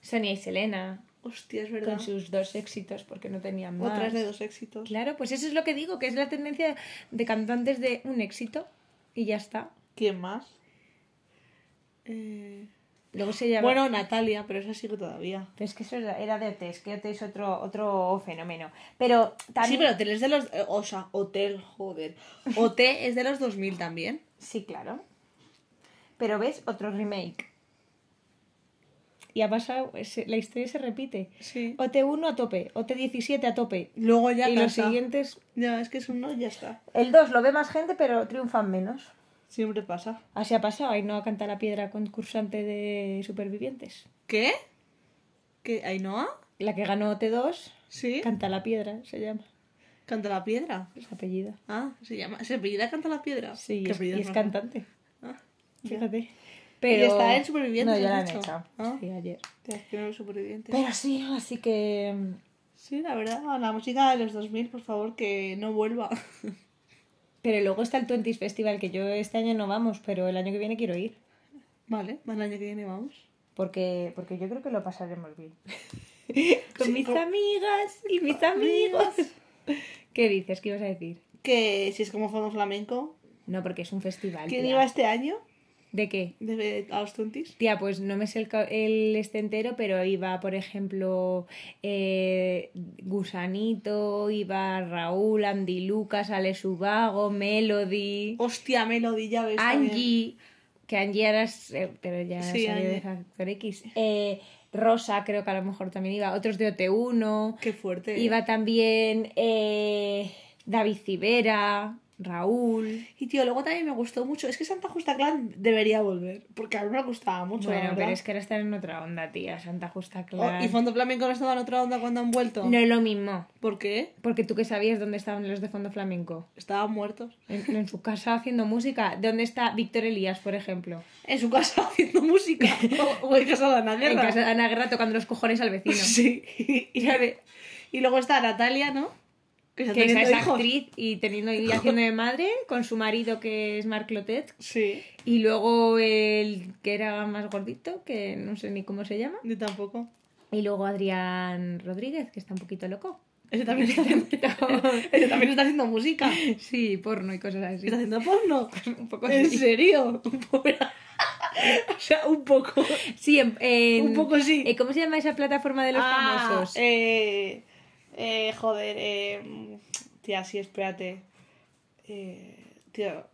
[SPEAKER 1] Sonia y Selena,
[SPEAKER 2] Hostia, es verdad.
[SPEAKER 1] con sus dos éxitos, porque no tenían más.
[SPEAKER 2] Otras de dos éxitos.
[SPEAKER 1] Claro, pues eso es lo que digo, que es la tendencia de cantantes de un éxito y ya está.
[SPEAKER 2] ¿Quién más? Eh,
[SPEAKER 1] Luego se llama...
[SPEAKER 2] Bueno, Natalia, pero esa sigue todavía.
[SPEAKER 1] Pero es que eso era era de OT, es que OT es otro, otro fenómeno. Pero también...
[SPEAKER 2] Sí, pero Hotel es de los... eh, O sea, Hotel, joder. OT es de los 2000 también.
[SPEAKER 1] Sí, claro. Pero ves otro remake. Y ha pasado, se- la historia se repite.
[SPEAKER 2] Sí.
[SPEAKER 1] OT1 a tope, OT17 a tope.
[SPEAKER 2] Luego ya
[SPEAKER 1] y
[SPEAKER 2] cansa.
[SPEAKER 1] los siguientes...
[SPEAKER 2] Ya, es que es un no y ya está.
[SPEAKER 1] El 2 lo ve más gente, pero triunfan menos.
[SPEAKER 2] Siempre pasa.
[SPEAKER 1] Así ha pasado, ahí no canta la piedra concursante de supervivientes.
[SPEAKER 2] ¿Qué? ¿Qué? ¿Ainhoa?
[SPEAKER 1] La que ganó T2,
[SPEAKER 2] ¿Sí?
[SPEAKER 1] canta la piedra, se llama,
[SPEAKER 2] ¿Canta la piedra?
[SPEAKER 1] es apellido.
[SPEAKER 2] Ah, se llama... ¿Se apellida Canta la piedra?
[SPEAKER 1] Sí, y
[SPEAKER 2] ¿Qué
[SPEAKER 1] es,
[SPEAKER 2] apellido
[SPEAKER 1] y es
[SPEAKER 2] más?
[SPEAKER 1] cantante,
[SPEAKER 2] Ah,
[SPEAKER 1] fíjate.
[SPEAKER 2] Y está en Supervivientes,
[SPEAKER 1] No, ya la han
[SPEAKER 2] has
[SPEAKER 1] hecho.
[SPEAKER 2] dicho. Ah.
[SPEAKER 1] Sí, ayer.
[SPEAKER 2] tía, que no los supervivientes.
[SPEAKER 1] Pero sí, así que...
[SPEAKER 2] Sí, la verdad, la música de los 2000, por favor, que no vuelva.
[SPEAKER 1] Pero luego está el 20 Festival, que yo este año no vamos, pero el año que viene quiero ir.
[SPEAKER 2] vale, el año que viene vamos.
[SPEAKER 1] Porque, porque yo creo que lo pasaremos bien. Con
[SPEAKER 2] Sí,
[SPEAKER 1] mis
[SPEAKER 2] por-
[SPEAKER 1] amigas y mis amigos. ¿Qué dices? ¿Qué ibas a decir?
[SPEAKER 2] Que si es como fondo flamenco,
[SPEAKER 1] No, porque es un festival.
[SPEAKER 2] ¿quién
[SPEAKER 1] tía.
[SPEAKER 2] iba este año?
[SPEAKER 1] ¿De qué?
[SPEAKER 2] de a los 20
[SPEAKER 1] Tía, pues no me sé el, ca- el este entero, pero iba, por ejemplo, eh, Gusanito, iba Raúl, Andy Lucas, Ale Subago, Melody,
[SPEAKER 2] Hostia, Melody, ya ves. también.
[SPEAKER 1] Angie, que Angie era, s- eh, pero ya
[SPEAKER 2] Sí,
[SPEAKER 1] salió de
[SPEAKER 2] Angie.
[SPEAKER 1] Factor X. Eh, Rosa, creo que a lo mejor también iba, otros de OT1,
[SPEAKER 2] Qué fuerte.
[SPEAKER 1] iba también eh, David Civera, Raúl.
[SPEAKER 2] Y tío, luego también me gustó mucho. Es que Santa Justa Clan debería volver. Porque a mí me gustaba mucho. la
[SPEAKER 1] Bueno,
[SPEAKER 2] verdad.
[SPEAKER 1] pero es que ahora están en otra onda, tía, Santa Justa
[SPEAKER 2] Oh,
[SPEAKER 1] Clan.
[SPEAKER 2] ¿Y Fondo Flamenco no estaba en otra onda cuando han vuelto?
[SPEAKER 1] No es lo mismo.
[SPEAKER 2] ¿Por qué?
[SPEAKER 1] Porque tú que sabías dónde estaban los de fondo flamenco.
[SPEAKER 2] Estaban muertos.
[SPEAKER 1] En, en su casa haciendo música. ¿Dónde está Víctor Elías, por ejemplo?
[SPEAKER 2] En su casa haciendo música. o, o en casa de Ana
[SPEAKER 1] En
[SPEAKER 2] Guerra.
[SPEAKER 1] casa de Ana Guerra tocando los cojones al vecino.
[SPEAKER 2] Sí. Y, y luego está Natalia, ¿no? Que está
[SPEAKER 1] Que esa
[SPEAKER 2] teniendo
[SPEAKER 1] es
[SPEAKER 2] hijos.
[SPEAKER 1] actriz y teniendo y haciendo de madre con su marido que es Marc Clotet.
[SPEAKER 2] Sí.
[SPEAKER 1] Y luego el que era más gordito, que no sé ni cómo se llama.
[SPEAKER 2] Yo tampoco.
[SPEAKER 1] Y luego Adrián Rodríguez, que está un poquito loco.
[SPEAKER 2] Ese también está haciendo, ese también está haciendo música.
[SPEAKER 1] Sí, porno y cosas así.
[SPEAKER 2] Está haciendo porno.
[SPEAKER 1] Un poco
[SPEAKER 2] ¿En
[SPEAKER 1] así.
[SPEAKER 2] serio? Pues, Un poco- o sea, un poco.
[SPEAKER 1] Sí, en- en-
[SPEAKER 2] Un poco sí.
[SPEAKER 1] eh, ¿Cómo se llama esa plataforma de los
[SPEAKER 2] Ah,
[SPEAKER 1] famosos?
[SPEAKER 2] eh, eh, joder, eh, tía, sí, espérate. Eh, tío.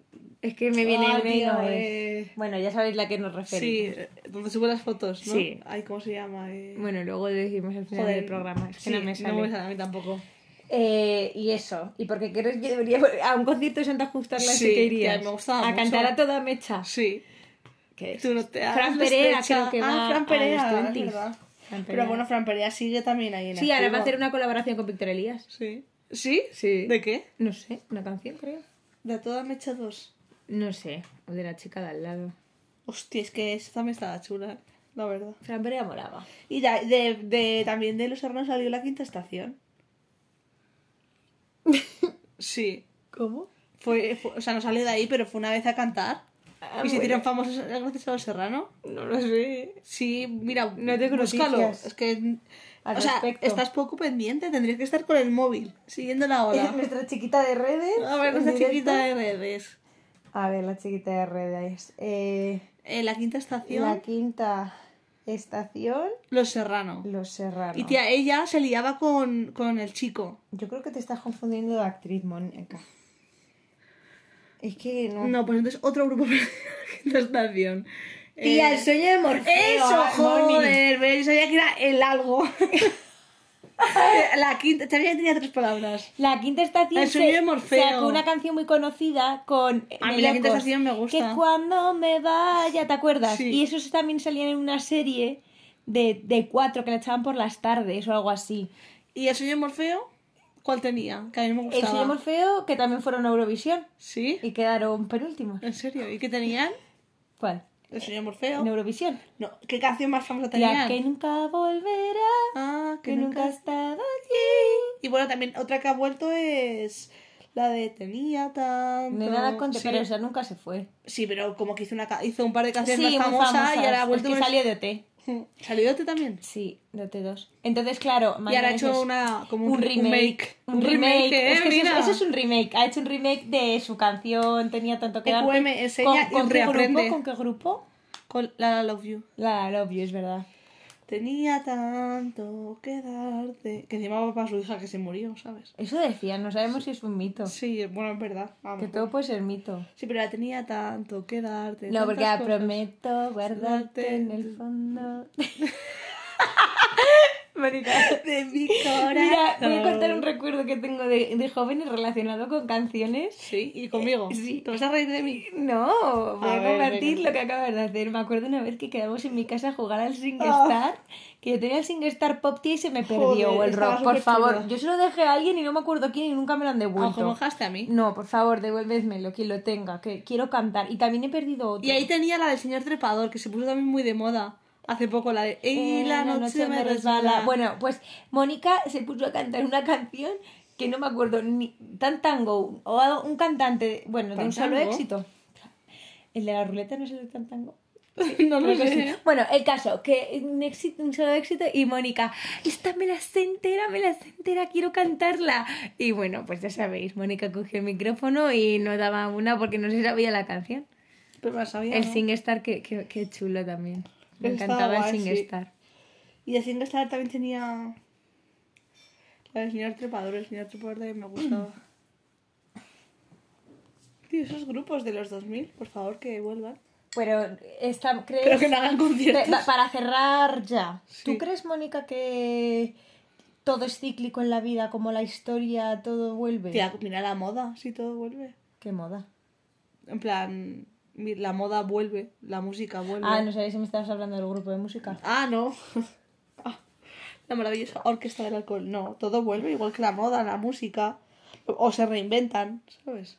[SPEAKER 1] Es que me viene
[SPEAKER 2] Ah,
[SPEAKER 1] una y
[SPEAKER 2] tío,
[SPEAKER 1] no es.
[SPEAKER 2] eh,
[SPEAKER 1] Bueno, ya sabéis la que nos
[SPEAKER 2] Sí,
[SPEAKER 1] referimos.
[SPEAKER 2] eh, donde subo las fotos, ¿no?
[SPEAKER 1] Sí.
[SPEAKER 2] Ay, ¿cómo se llama? Eh,
[SPEAKER 1] Bueno, luego decimos al final
[SPEAKER 2] joder,
[SPEAKER 1] del programa. Es que
[SPEAKER 2] sí,
[SPEAKER 1] no me sale.
[SPEAKER 2] a mí tampoco.
[SPEAKER 1] Eh, y eso. ¿Y por qué crees que debería a un concierto de Santa Justa Classic
[SPEAKER 2] Sí,
[SPEAKER 1] que irías?
[SPEAKER 2] tía, me gustaba
[SPEAKER 1] a
[SPEAKER 2] mucho.
[SPEAKER 1] cantar a toda mecha.
[SPEAKER 2] Sí.
[SPEAKER 1] ¿Qué es?
[SPEAKER 2] Tú no te
[SPEAKER 1] Fran
[SPEAKER 2] hagas
[SPEAKER 1] Perea
[SPEAKER 2] sospecha.
[SPEAKER 1] creo que
[SPEAKER 2] Ah,
[SPEAKER 1] va
[SPEAKER 2] Fran
[SPEAKER 1] a
[SPEAKER 2] Perea,
[SPEAKER 1] los
[SPEAKER 2] es
[SPEAKER 1] 20s.
[SPEAKER 2] verdad.
[SPEAKER 1] Fran Perea.
[SPEAKER 2] Pero bueno, Fran Perea sigue también ahí en
[SPEAKER 1] Sí, ahora va a
[SPEAKER 2] activo.
[SPEAKER 1] hacer una colaboración con Víctor Elías.
[SPEAKER 2] Sí. ¿Sí?
[SPEAKER 1] Sí.
[SPEAKER 2] ¿De qué?
[SPEAKER 1] No sé, una canción creo.
[SPEAKER 2] De a toda mecha 2.
[SPEAKER 1] No sé, o de la chica de al lado.
[SPEAKER 2] Hostia, es que esa también estaba chula, la verdad.
[SPEAKER 1] Fran Perea molaba.
[SPEAKER 2] Y da- de, de- también de los hermanos salió la quinta estación. Sí.
[SPEAKER 1] ¿Cómo?
[SPEAKER 2] Fue, fue- o sea, no salió de ahí, pero fue una vez a cantar.
[SPEAKER 1] Ah,
[SPEAKER 2] y se
[SPEAKER 1] bueno.
[SPEAKER 2] hicieron famosos eh, gracias a los serrano.
[SPEAKER 1] No lo sé.
[SPEAKER 2] Sí, mira,
[SPEAKER 1] No tengo
[SPEAKER 2] búscalo.
[SPEAKER 1] noticias
[SPEAKER 2] Es que.
[SPEAKER 1] al
[SPEAKER 2] o sea,
[SPEAKER 1] respecto.
[SPEAKER 2] estás poco pendiente, tendrías que estar con el móvil, siguiendo la ola.
[SPEAKER 1] Nuestra chiquita de redes.
[SPEAKER 2] A ver,
[SPEAKER 1] en
[SPEAKER 2] Ah, esa
[SPEAKER 1] directo.
[SPEAKER 2] chiquita de redes.
[SPEAKER 1] A ver, la chiquita de redes. Eh,
[SPEAKER 2] Eh, la quinta estación,
[SPEAKER 1] la quinta estación,
[SPEAKER 2] Los Serrano.
[SPEAKER 1] Los Serrano.
[SPEAKER 2] Y tía, ella se liaba con, con el chico.
[SPEAKER 1] Yo creo que te estás confundiendo de actriz, Mónica. Es que no.
[SPEAKER 2] No, pues entonces otro grupo perdió la quinta estación. Eh,
[SPEAKER 1] sueño de
[SPEAKER 2] Eso,
[SPEAKER 1] ah, Moni.
[SPEAKER 2] joder, ve, yo sabía que era el algo. la quinta, sabía que tenía tres palabras.
[SPEAKER 1] La quinta estación
[SPEAKER 2] El sueño
[SPEAKER 1] se-
[SPEAKER 2] de Morfeo.
[SPEAKER 1] sacó una canción muy conocida con
[SPEAKER 2] A
[SPEAKER 1] de
[SPEAKER 2] mí la
[SPEAKER 1] Locos,
[SPEAKER 2] quinta estación me gusta.
[SPEAKER 1] Que cuando me vaya, ¿te acuerdas?
[SPEAKER 2] Sí.
[SPEAKER 1] Y esos también salían en una serie de, de cuatro que la echaban por las tardes o algo así.
[SPEAKER 2] ¿Y el sueño de Morfeo? ¿Cuál tenía? Que a mí me
[SPEAKER 1] El
[SPEAKER 2] gustaba.
[SPEAKER 1] sueño de Morfeo, que también fueron a Eurovisión.
[SPEAKER 2] ¿Sí?
[SPEAKER 1] Y quedaron penúltimos.
[SPEAKER 2] ¿En serio? ¿Y qué tenían?
[SPEAKER 1] ¿Cuál?
[SPEAKER 2] El sueño de Morfeo.
[SPEAKER 1] En Eurovisión.
[SPEAKER 2] No, ¿Qué canción más famosa
[SPEAKER 1] La
[SPEAKER 2] tenían?
[SPEAKER 1] que nunca volverá,
[SPEAKER 2] Ah,
[SPEAKER 1] que nunca ha estado allí.
[SPEAKER 2] Y bueno, también otra que ha vuelto es la de Tenía tanto.
[SPEAKER 1] No hay nada contra,
[SPEAKER 2] sí.
[SPEAKER 1] pero esa nunca se fue.
[SPEAKER 2] Sí, pero como que hizo, una, ca- hizo un par de canciones
[SPEAKER 1] muy
[SPEAKER 2] más famosas, y ahora ha
[SPEAKER 1] famosas,
[SPEAKER 2] vuelto
[SPEAKER 1] es
[SPEAKER 2] con
[SPEAKER 1] que
[SPEAKER 2] el-
[SPEAKER 1] salió de OT.
[SPEAKER 2] ¿Salió este también?
[SPEAKER 1] Sí, de OT2. Entonces, claro,
[SPEAKER 2] Y ahora ha
[SPEAKER 1] Manuel
[SPEAKER 2] hecho
[SPEAKER 1] es-
[SPEAKER 2] una, como
[SPEAKER 1] un remake.
[SPEAKER 2] Un remake, eh,
[SPEAKER 1] es que eso,
[SPEAKER 2] mira.
[SPEAKER 1] es- eso es un remake. Ha hecho un remake de su canción Tenía tanto que
[SPEAKER 2] EQM,
[SPEAKER 1] darte.
[SPEAKER 2] enseña y
[SPEAKER 1] qué
[SPEAKER 2] reaprende.
[SPEAKER 1] grupo? ¿Con qué grupo?
[SPEAKER 2] Con la Love You.
[SPEAKER 1] La Love You, es verdad.
[SPEAKER 2] Tenía tanto que darte. Que encima va para su hija que se murió, ¿sabes?
[SPEAKER 1] Eso decían, no sabemos si es un mito.
[SPEAKER 2] Sí, bueno, es verdad. Vamos.
[SPEAKER 1] Que todo puede ser mito.
[SPEAKER 2] Sí, pero la tenía tanto que darte.
[SPEAKER 1] No, porque
[SPEAKER 2] tantas
[SPEAKER 1] ah,
[SPEAKER 2] cosas.
[SPEAKER 1] prometo guardarte en el fondo. Mónica.
[SPEAKER 2] De mi corazón.
[SPEAKER 1] Mira, voy a contar un recuerdo que tengo de, de jóvenes relacionado con canciones.
[SPEAKER 2] Sí, y conmigo.
[SPEAKER 1] Eh, Sí.
[SPEAKER 2] ¿Te vas a reír de mí?
[SPEAKER 1] No, voy a,
[SPEAKER 2] A ver,
[SPEAKER 1] compartir
[SPEAKER 2] venga.
[SPEAKER 1] lo que acabas de hacer. Me acuerdo una vez que quedamos en mi casa a jugar al SingStar, que yo tenía el SingStar Pop Tea y se me perdió,
[SPEAKER 2] Ah. Joder,
[SPEAKER 1] o el
[SPEAKER 2] estaba
[SPEAKER 1] rock, por
[SPEAKER 2] superchulo.
[SPEAKER 1] favor. Yo se lo dejé a alguien y no me acuerdo quién y nunca me lo han
[SPEAKER 2] A lo mejor
[SPEAKER 1] devuelto.
[SPEAKER 2] mojaste a mí.
[SPEAKER 1] No, por favor, devuélvedmelo, quien lo tenga, que quiero cantar. Y también he perdido otro.
[SPEAKER 2] Y ahí tenía la del señor trepador, que se puso también muy de moda hace poco, la de Y
[SPEAKER 1] Eh,
[SPEAKER 2] la noche, me resbala.
[SPEAKER 1] Bueno, pues Mónica se puso a cantar una canción que no me acuerdo ni tan tango o algo- un cantante, bueno, de un solo
[SPEAKER 2] ¿Tantango?
[SPEAKER 1] éxito. El de la ruleta no es el de tan tango.
[SPEAKER 2] no lo
[SPEAKER 1] Creo que
[SPEAKER 2] sé.
[SPEAKER 1] sí. Bueno, el caso, que un, éxito, un solo éxito y Mónica, esta me la sé entera, me la sé entera, quiero cantarla. Y bueno, pues ya sabéis, Mónica cogió el micrófono y no daba una porque no se sabía la canción.
[SPEAKER 2] Pero me la sabía.
[SPEAKER 1] El
[SPEAKER 2] ¿no?
[SPEAKER 1] SingStar, que, que, que chulo también. Me
[SPEAKER 2] Estaba
[SPEAKER 1] encantaba el
[SPEAKER 2] guay, sí.
[SPEAKER 1] SingStar.
[SPEAKER 2] Y el Singstar también tenía. La del señor trepador, el señor trepador también me gustaba. Tío, esos grupos de los 2000, por favor, que vuelvan.
[SPEAKER 1] Pero esta, ¿crees?
[SPEAKER 2] Pero que no hagan conciertos.
[SPEAKER 1] Pe- pa- Para cerrar ya,
[SPEAKER 2] Sí.
[SPEAKER 1] ¿tú crees, Mónica, que todo es cíclico en la vida, como la historia, todo vuelve?
[SPEAKER 2] Tía, mira la moda, si todo vuelve.
[SPEAKER 1] Qué moda.
[SPEAKER 2] En plan, mi- la moda vuelve, la música vuelve.
[SPEAKER 1] Ah, no sabéis si me estabas hablando del grupo de música.
[SPEAKER 2] Ah, no. Ah, la maravillosa orquesta del alcohol. No, todo vuelve igual que la moda, la música. O se reinventan, ¿sabes?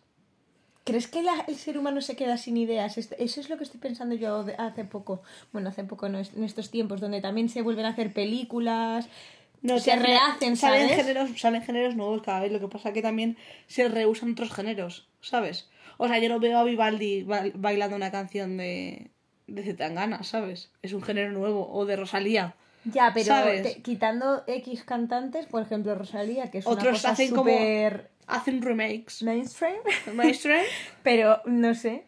[SPEAKER 1] ¿Crees que la- el ser humano se queda sin ideas? Es- Eso es lo que estoy pensando yo de- hace poco. Bueno, hace poco no, es- en estos tiempos, donde también se vuelven a hacer películas.
[SPEAKER 2] No,
[SPEAKER 1] Se
[SPEAKER 2] sí, al final
[SPEAKER 1] rehacen,
[SPEAKER 2] salen
[SPEAKER 1] ¿sabes?
[SPEAKER 2] Géneros, salen géneros nuevos cada vez, lo que pasa que también se rehusan otros géneros, ¿sabes? O sea, yo no veo a Vivaldi ba- bailando una canción de, de Zetangana, ¿sabes? Es un género nuevo, o de Rosalía.
[SPEAKER 1] Ya, pero
[SPEAKER 2] ¿Sabes?
[SPEAKER 1] te- quitando X cantantes, por ejemplo, Rosalía, que es una
[SPEAKER 2] Otros
[SPEAKER 1] cosa
[SPEAKER 2] hacen como-
[SPEAKER 1] súper
[SPEAKER 2] Hacen remakes.
[SPEAKER 1] mainstream,
[SPEAKER 2] Maestro,
[SPEAKER 1] pero no sé.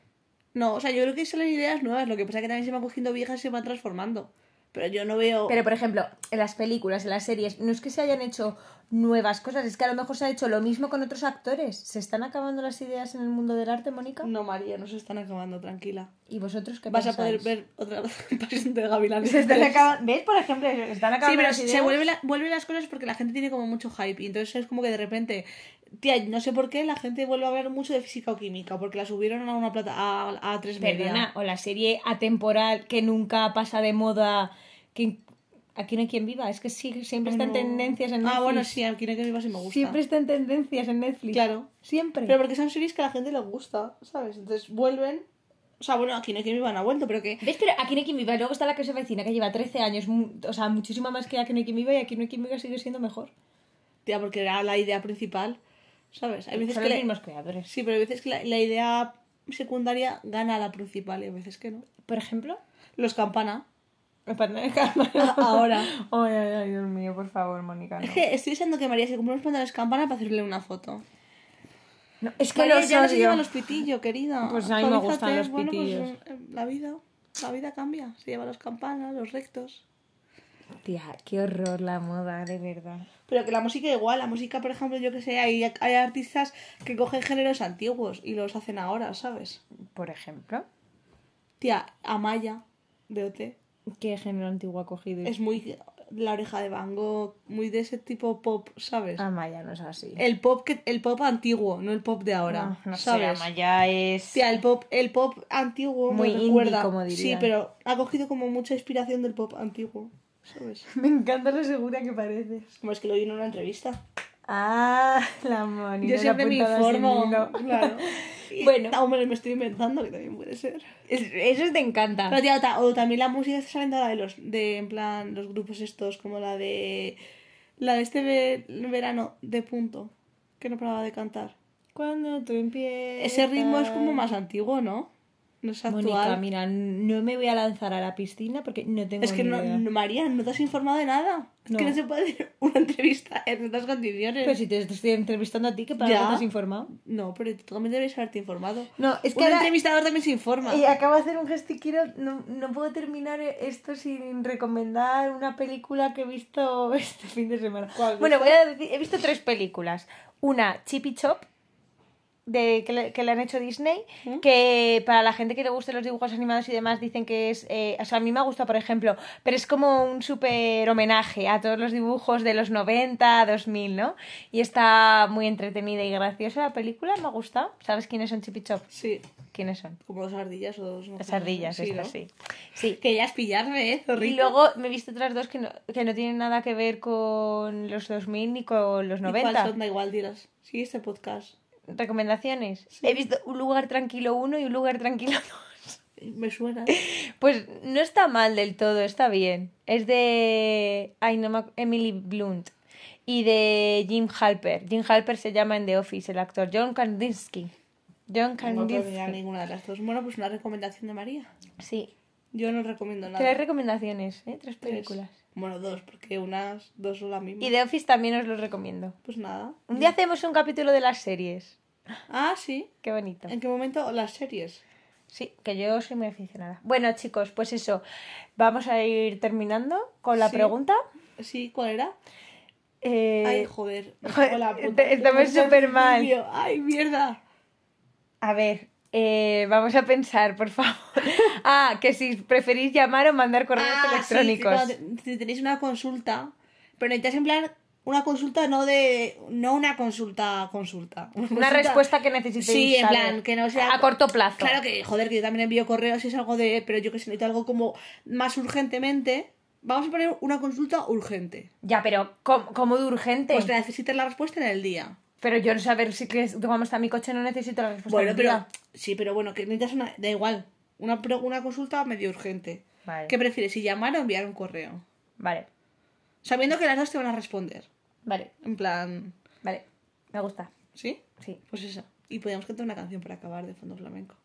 [SPEAKER 2] no, o sea, yo creo que salen ideas nuevas, lo que pasa que también se van cogiendo viejas y se van transformando. Pero yo no veo...
[SPEAKER 1] Pero, por ejemplo, en las películas, en las series, no es que se hayan hecho nuevas cosas, es que a lo mejor se ha hecho lo mismo con otros actores. ¿Se están acabando las ideas en el mundo del arte, Mónica?
[SPEAKER 2] No, María, no se están acabando, tranquila.
[SPEAKER 1] ¿Y vosotros qué
[SPEAKER 2] Vas a poder
[SPEAKER 1] pensáis?
[SPEAKER 2] ver otra pasión de gavilanes.
[SPEAKER 1] Se están
[SPEAKER 2] tres.
[SPEAKER 1] acabando... ¿Ves, por ejemplo? Se están
[SPEAKER 2] Sí,
[SPEAKER 1] acabando
[SPEAKER 2] pero
[SPEAKER 1] las
[SPEAKER 2] se
[SPEAKER 1] ideas.
[SPEAKER 2] vuelve la- vuelven las cosas porque la gente tiene como mucho hype. Y entonces es como que de repente, tía, no sé por qué la gente vuelve a hablar mucho de física o química, porque la subieron a una plata a, a tres
[SPEAKER 1] Perdona,
[SPEAKER 2] media.
[SPEAKER 1] o la serie atemporal que nunca pasa de moda, que aquí no hay quien viva, es que sí, siempre está en
[SPEAKER 2] No.
[SPEAKER 1] tendencias en Netflix.
[SPEAKER 2] Ah, bueno, sí, aquí no que viva sí me gusta.
[SPEAKER 1] Siempre está en tendencias en Netflix.
[SPEAKER 2] Claro.
[SPEAKER 1] Siempre.
[SPEAKER 2] Pero porque son series que a la gente le gusta, ¿sabes? Entonces vuelven. O sea, bueno, aquí no que vivan ha vuelto, pero que.
[SPEAKER 1] ¿Ves? Pero Aquí no hay quien viva. Luego está la que se vecina, que lleva 13 años, mu- o sea, muchísimo más que Aquí no hay quien viva y Aquí no hay quien viva sigue siendo mejor.
[SPEAKER 2] Tía, porque era la idea principal, ¿sabes? Hay veces
[SPEAKER 1] Son
[SPEAKER 2] que.
[SPEAKER 1] los
[SPEAKER 2] la-
[SPEAKER 1] mismos creadores.
[SPEAKER 2] Sí, pero hay veces que la, la idea secundaria gana a la principal y a veces que no.
[SPEAKER 1] Por ejemplo,
[SPEAKER 2] Los campana.
[SPEAKER 1] la pantalla de cámara.
[SPEAKER 2] Ahora.
[SPEAKER 1] Ay, ay, ay, Dios mío, por favor, Mónica. no.
[SPEAKER 2] Es que estoy deseando que María se compre unos pantalones campana para hacerle una foto.
[SPEAKER 1] No, es que
[SPEAKER 2] María,
[SPEAKER 1] los
[SPEAKER 2] ya no se
[SPEAKER 1] odio.
[SPEAKER 2] llevan los pitillos, querida.
[SPEAKER 1] Pues a mí me
[SPEAKER 2] Actualízate.
[SPEAKER 1] gustan los
[SPEAKER 2] Bueno, pues,
[SPEAKER 1] pitillos.
[SPEAKER 2] eh, la vida, la vida cambia. Se llevan los campanas, los rectos.
[SPEAKER 1] Tía, qué horror la moda, de verdad.
[SPEAKER 2] Pero que la música igual, la música, por ejemplo, yo que sé, hay, hay artistas que cogen géneros antiguos y los hacen ahora, ¿sabes?
[SPEAKER 1] Por ejemplo,
[SPEAKER 2] Tía, Amaya, de OT,
[SPEAKER 1] ¿qué género antiguo ha cogido?
[SPEAKER 2] es muy la oreja de Van Gogh, muy de ese tipo pop, ¿sabes?
[SPEAKER 1] Amaya no es así.
[SPEAKER 2] El pop que, el pop antiguo, no el pop de ahora,
[SPEAKER 1] Eh, no, no sé,
[SPEAKER 2] ¿sabes?
[SPEAKER 1] Amaya es...
[SPEAKER 2] Tía, el pop, el pop antiguo me
[SPEAKER 1] Muy indie,
[SPEAKER 2] recuerda.
[SPEAKER 1] como dirían.
[SPEAKER 2] Sí, pero ha cogido como mucha inspiración del pop antiguo, ¿sabes?
[SPEAKER 1] Me encanta lo segura que pareces.
[SPEAKER 2] Como es que lo vi en una entrevista.
[SPEAKER 1] Ah, la Mónica.
[SPEAKER 2] Yo
[SPEAKER 1] la
[SPEAKER 2] siempre me
[SPEAKER 1] puntada sin
[SPEAKER 2] informo.
[SPEAKER 1] hilo.
[SPEAKER 2] Claro.
[SPEAKER 1] Bueno.
[SPEAKER 2] bueno. Aún me lo me estoy inventando, que también puede ser.
[SPEAKER 1] Es- Eso te encanta.
[SPEAKER 2] Pero tía, o ta- o también la música está saliendo ahora de los, de, en plan, los grupos estos, como la de, la de este ve- verano, de punto, que no paraba de cantar.
[SPEAKER 1] Cuando tú empiezas.
[SPEAKER 2] Ese ritmo es como más antiguo, ¿no? No es actual.
[SPEAKER 1] Mónica, mira, no me voy a lanzar a la piscina porque no tengo
[SPEAKER 2] Es que
[SPEAKER 1] ni
[SPEAKER 2] no,
[SPEAKER 1] idea.
[SPEAKER 2] no, María, no te has informado de nada. Es que
[SPEAKER 1] No.
[SPEAKER 2] no se puede hacer una entrevista en estas condiciones.
[SPEAKER 1] Pero si te estoy entrevistando a ti, que para
[SPEAKER 2] Ya.
[SPEAKER 1] qué te has informado.
[SPEAKER 2] No, pero tú también debes haberte informado.
[SPEAKER 1] No, es que
[SPEAKER 2] un
[SPEAKER 1] ahora-
[SPEAKER 2] entrevistador también se informa.
[SPEAKER 1] Y acabo de hacer un gestiquero, no, no puedo terminar esto sin recomendar una película que he visto este fin de semana.
[SPEAKER 2] ¿Cuál?
[SPEAKER 1] Bueno, voy a decir- he visto tres películas. Una, Chip y Chop, de, que, le, que le han hecho Disney,
[SPEAKER 2] ¿Mm?
[SPEAKER 1] que para la gente que le gusten los dibujos animados y demás dicen que es... eh, o sea, a mí me gusta, por ejemplo, pero es como un súper homenaje a todos los dibujos de los 90, 2000, ¿no? Y está muy entretenida y graciosa la película, me ha gustado. ¿Sabes quiénes son Chip y Chop?
[SPEAKER 2] Sí,
[SPEAKER 1] ¿Quiénes son?
[SPEAKER 2] como dos ardillas o dos. no
[SPEAKER 1] Las
[SPEAKER 2] sé,
[SPEAKER 1] ardillas,
[SPEAKER 2] sí,
[SPEAKER 1] estas
[SPEAKER 2] ¿no?
[SPEAKER 1] sí. Sí.
[SPEAKER 2] Querías pillarme, ¿eh? zorrito?
[SPEAKER 1] Y luego me he visto otras dos que no, que no tienen nada que ver con los 2000 ni con los
[SPEAKER 2] ¿Y cuál
[SPEAKER 1] 90.
[SPEAKER 2] son? Da igual, dirás. Sí, este podcast.
[SPEAKER 1] Recomendaciones. He visto un lugar tranquilo uno y un lugar tranquilo dos.
[SPEAKER 2] eh, Me suena.
[SPEAKER 1] Pues no está mal del todo, está bien. Es de ay, no me ac- Emily Blunt y de Jim Halper. Jim Halper se llama en The Office el actor John Kandinsky. John
[SPEAKER 2] No puedo mirar
[SPEAKER 1] Kandinsky.
[SPEAKER 2] ninguna de las dos. Bueno, pues una recomendación de María.
[SPEAKER 1] Sí.
[SPEAKER 2] Yo no recomiendo nada.
[SPEAKER 1] Tres recomendaciones, ¿eh?
[SPEAKER 2] Tres.
[SPEAKER 1] tres películas.
[SPEAKER 2] Bueno, dos, porque unas dos son la misma.
[SPEAKER 1] Y The Office también os lo recomiendo.
[SPEAKER 2] Pues nada.
[SPEAKER 1] Un día hacemos un capítulo de las series.
[SPEAKER 2] Ah, sí.
[SPEAKER 1] Qué bonito.
[SPEAKER 2] ¿En qué momento las series?
[SPEAKER 1] Sí, que yo soy muy aficionada. Bueno, chicos, pues eso. Vamos a ir terminando con la
[SPEAKER 2] Sí.
[SPEAKER 1] pregunta.
[SPEAKER 2] Sí, ¿cuál era?
[SPEAKER 1] Eh,
[SPEAKER 2] Ay, joder. me
[SPEAKER 1] joder,
[SPEAKER 2] cago en la puta,
[SPEAKER 1] te-
[SPEAKER 2] qué
[SPEAKER 1] estamos
[SPEAKER 2] vergüenza
[SPEAKER 1] súper
[SPEAKER 2] al
[SPEAKER 1] mal.
[SPEAKER 2] principio. Ay, mierda.
[SPEAKER 1] a ver, eh, vamos a pensar, por favor. ah, que si preferís llamar o mandar correos
[SPEAKER 2] Ah, sí, que
[SPEAKER 1] electrónicos.
[SPEAKER 2] cuando te- si tenéis una consulta, pero necesitas en plan una consulta no de no una consulta consulta.
[SPEAKER 1] Una
[SPEAKER 2] consulta-
[SPEAKER 1] respuesta que necesitéis.
[SPEAKER 2] Sí, en
[SPEAKER 1] saber.
[SPEAKER 2] plan, que no sea-
[SPEAKER 1] A corto plazo.
[SPEAKER 2] Claro que, joder, que yo también envío correos si es algo de. Pero yo que sé, necesito algo como más urgentemente. Vamos a poner una consulta urgente.
[SPEAKER 1] Ya, pero ¿cómo, cómo de urgente?
[SPEAKER 2] Pues que necesitas la respuesta en el día.
[SPEAKER 1] Pero yo no saber si que es- cómo está mi coche no necesito la respuesta.
[SPEAKER 2] bueno,
[SPEAKER 1] del
[SPEAKER 2] pero.
[SPEAKER 1] Pues día.
[SPEAKER 2] Sí, pero bueno, que necesitas una. Da igual. Una, pro- una consulta medio urgente.
[SPEAKER 1] Vale.
[SPEAKER 2] ¿Qué prefieres, si llamar o enviar un correo?
[SPEAKER 1] Vale,
[SPEAKER 2] Sabiendo que las dos te van a responder.
[SPEAKER 1] vale,
[SPEAKER 2] En plan.
[SPEAKER 1] vale. Me gusta.
[SPEAKER 2] ¿Sí?
[SPEAKER 1] Sí.
[SPEAKER 2] Pues eso. Y podríamos cantar una canción para acabar de fondo flamenco.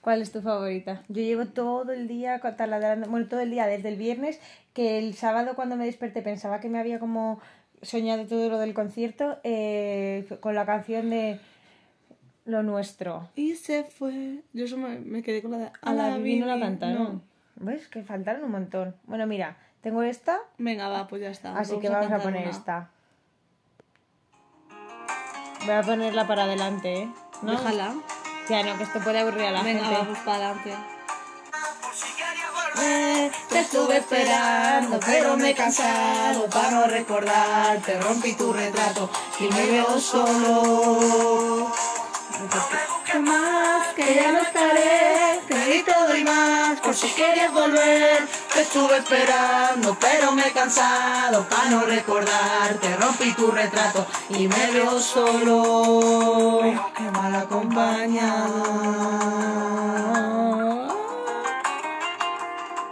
[SPEAKER 1] ¿Cuál es tu favorita? Yo llevo todo el día con- taladrando, bueno, todo el día, desde el viernes, que el sábado cuando me desperté pensaba que me había como soñado todo lo del concierto eh, con la canción de Lo Nuestro.
[SPEAKER 2] Y se fue. Yo eso me, me quedé con la de.
[SPEAKER 1] A la Bibi Ah, no la
[SPEAKER 2] Bibi,
[SPEAKER 1] cantaron.
[SPEAKER 2] no.
[SPEAKER 1] ¿Ves? Que faltaron un montón. Bueno, mira, tengo esta,
[SPEAKER 2] Venga, va, pues ya está.
[SPEAKER 1] así que Ah, vamos a
[SPEAKER 2] cantar
[SPEAKER 1] poner
[SPEAKER 2] una.
[SPEAKER 1] esta. Voy a ponerla para adelante, ¿eh? ¿No?
[SPEAKER 2] Déjala.
[SPEAKER 1] Ya, no, que esto puede aburrir a la
[SPEAKER 2] Venga,
[SPEAKER 1] gente.
[SPEAKER 2] vamos para adelante.
[SPEAKER 1] Te estuve esperando, pero me he cansado para no recordarte. Rompí tu retrato y me veo solo.
[SPEAKER 2] ¿Qué más? Que ya no estaré. Te di todo y más. Por si querías volver. Te estuve esperando, pero me he cansado. Para no recordarte, rompí tu retrato y me veo solo. Qué mal acompañado.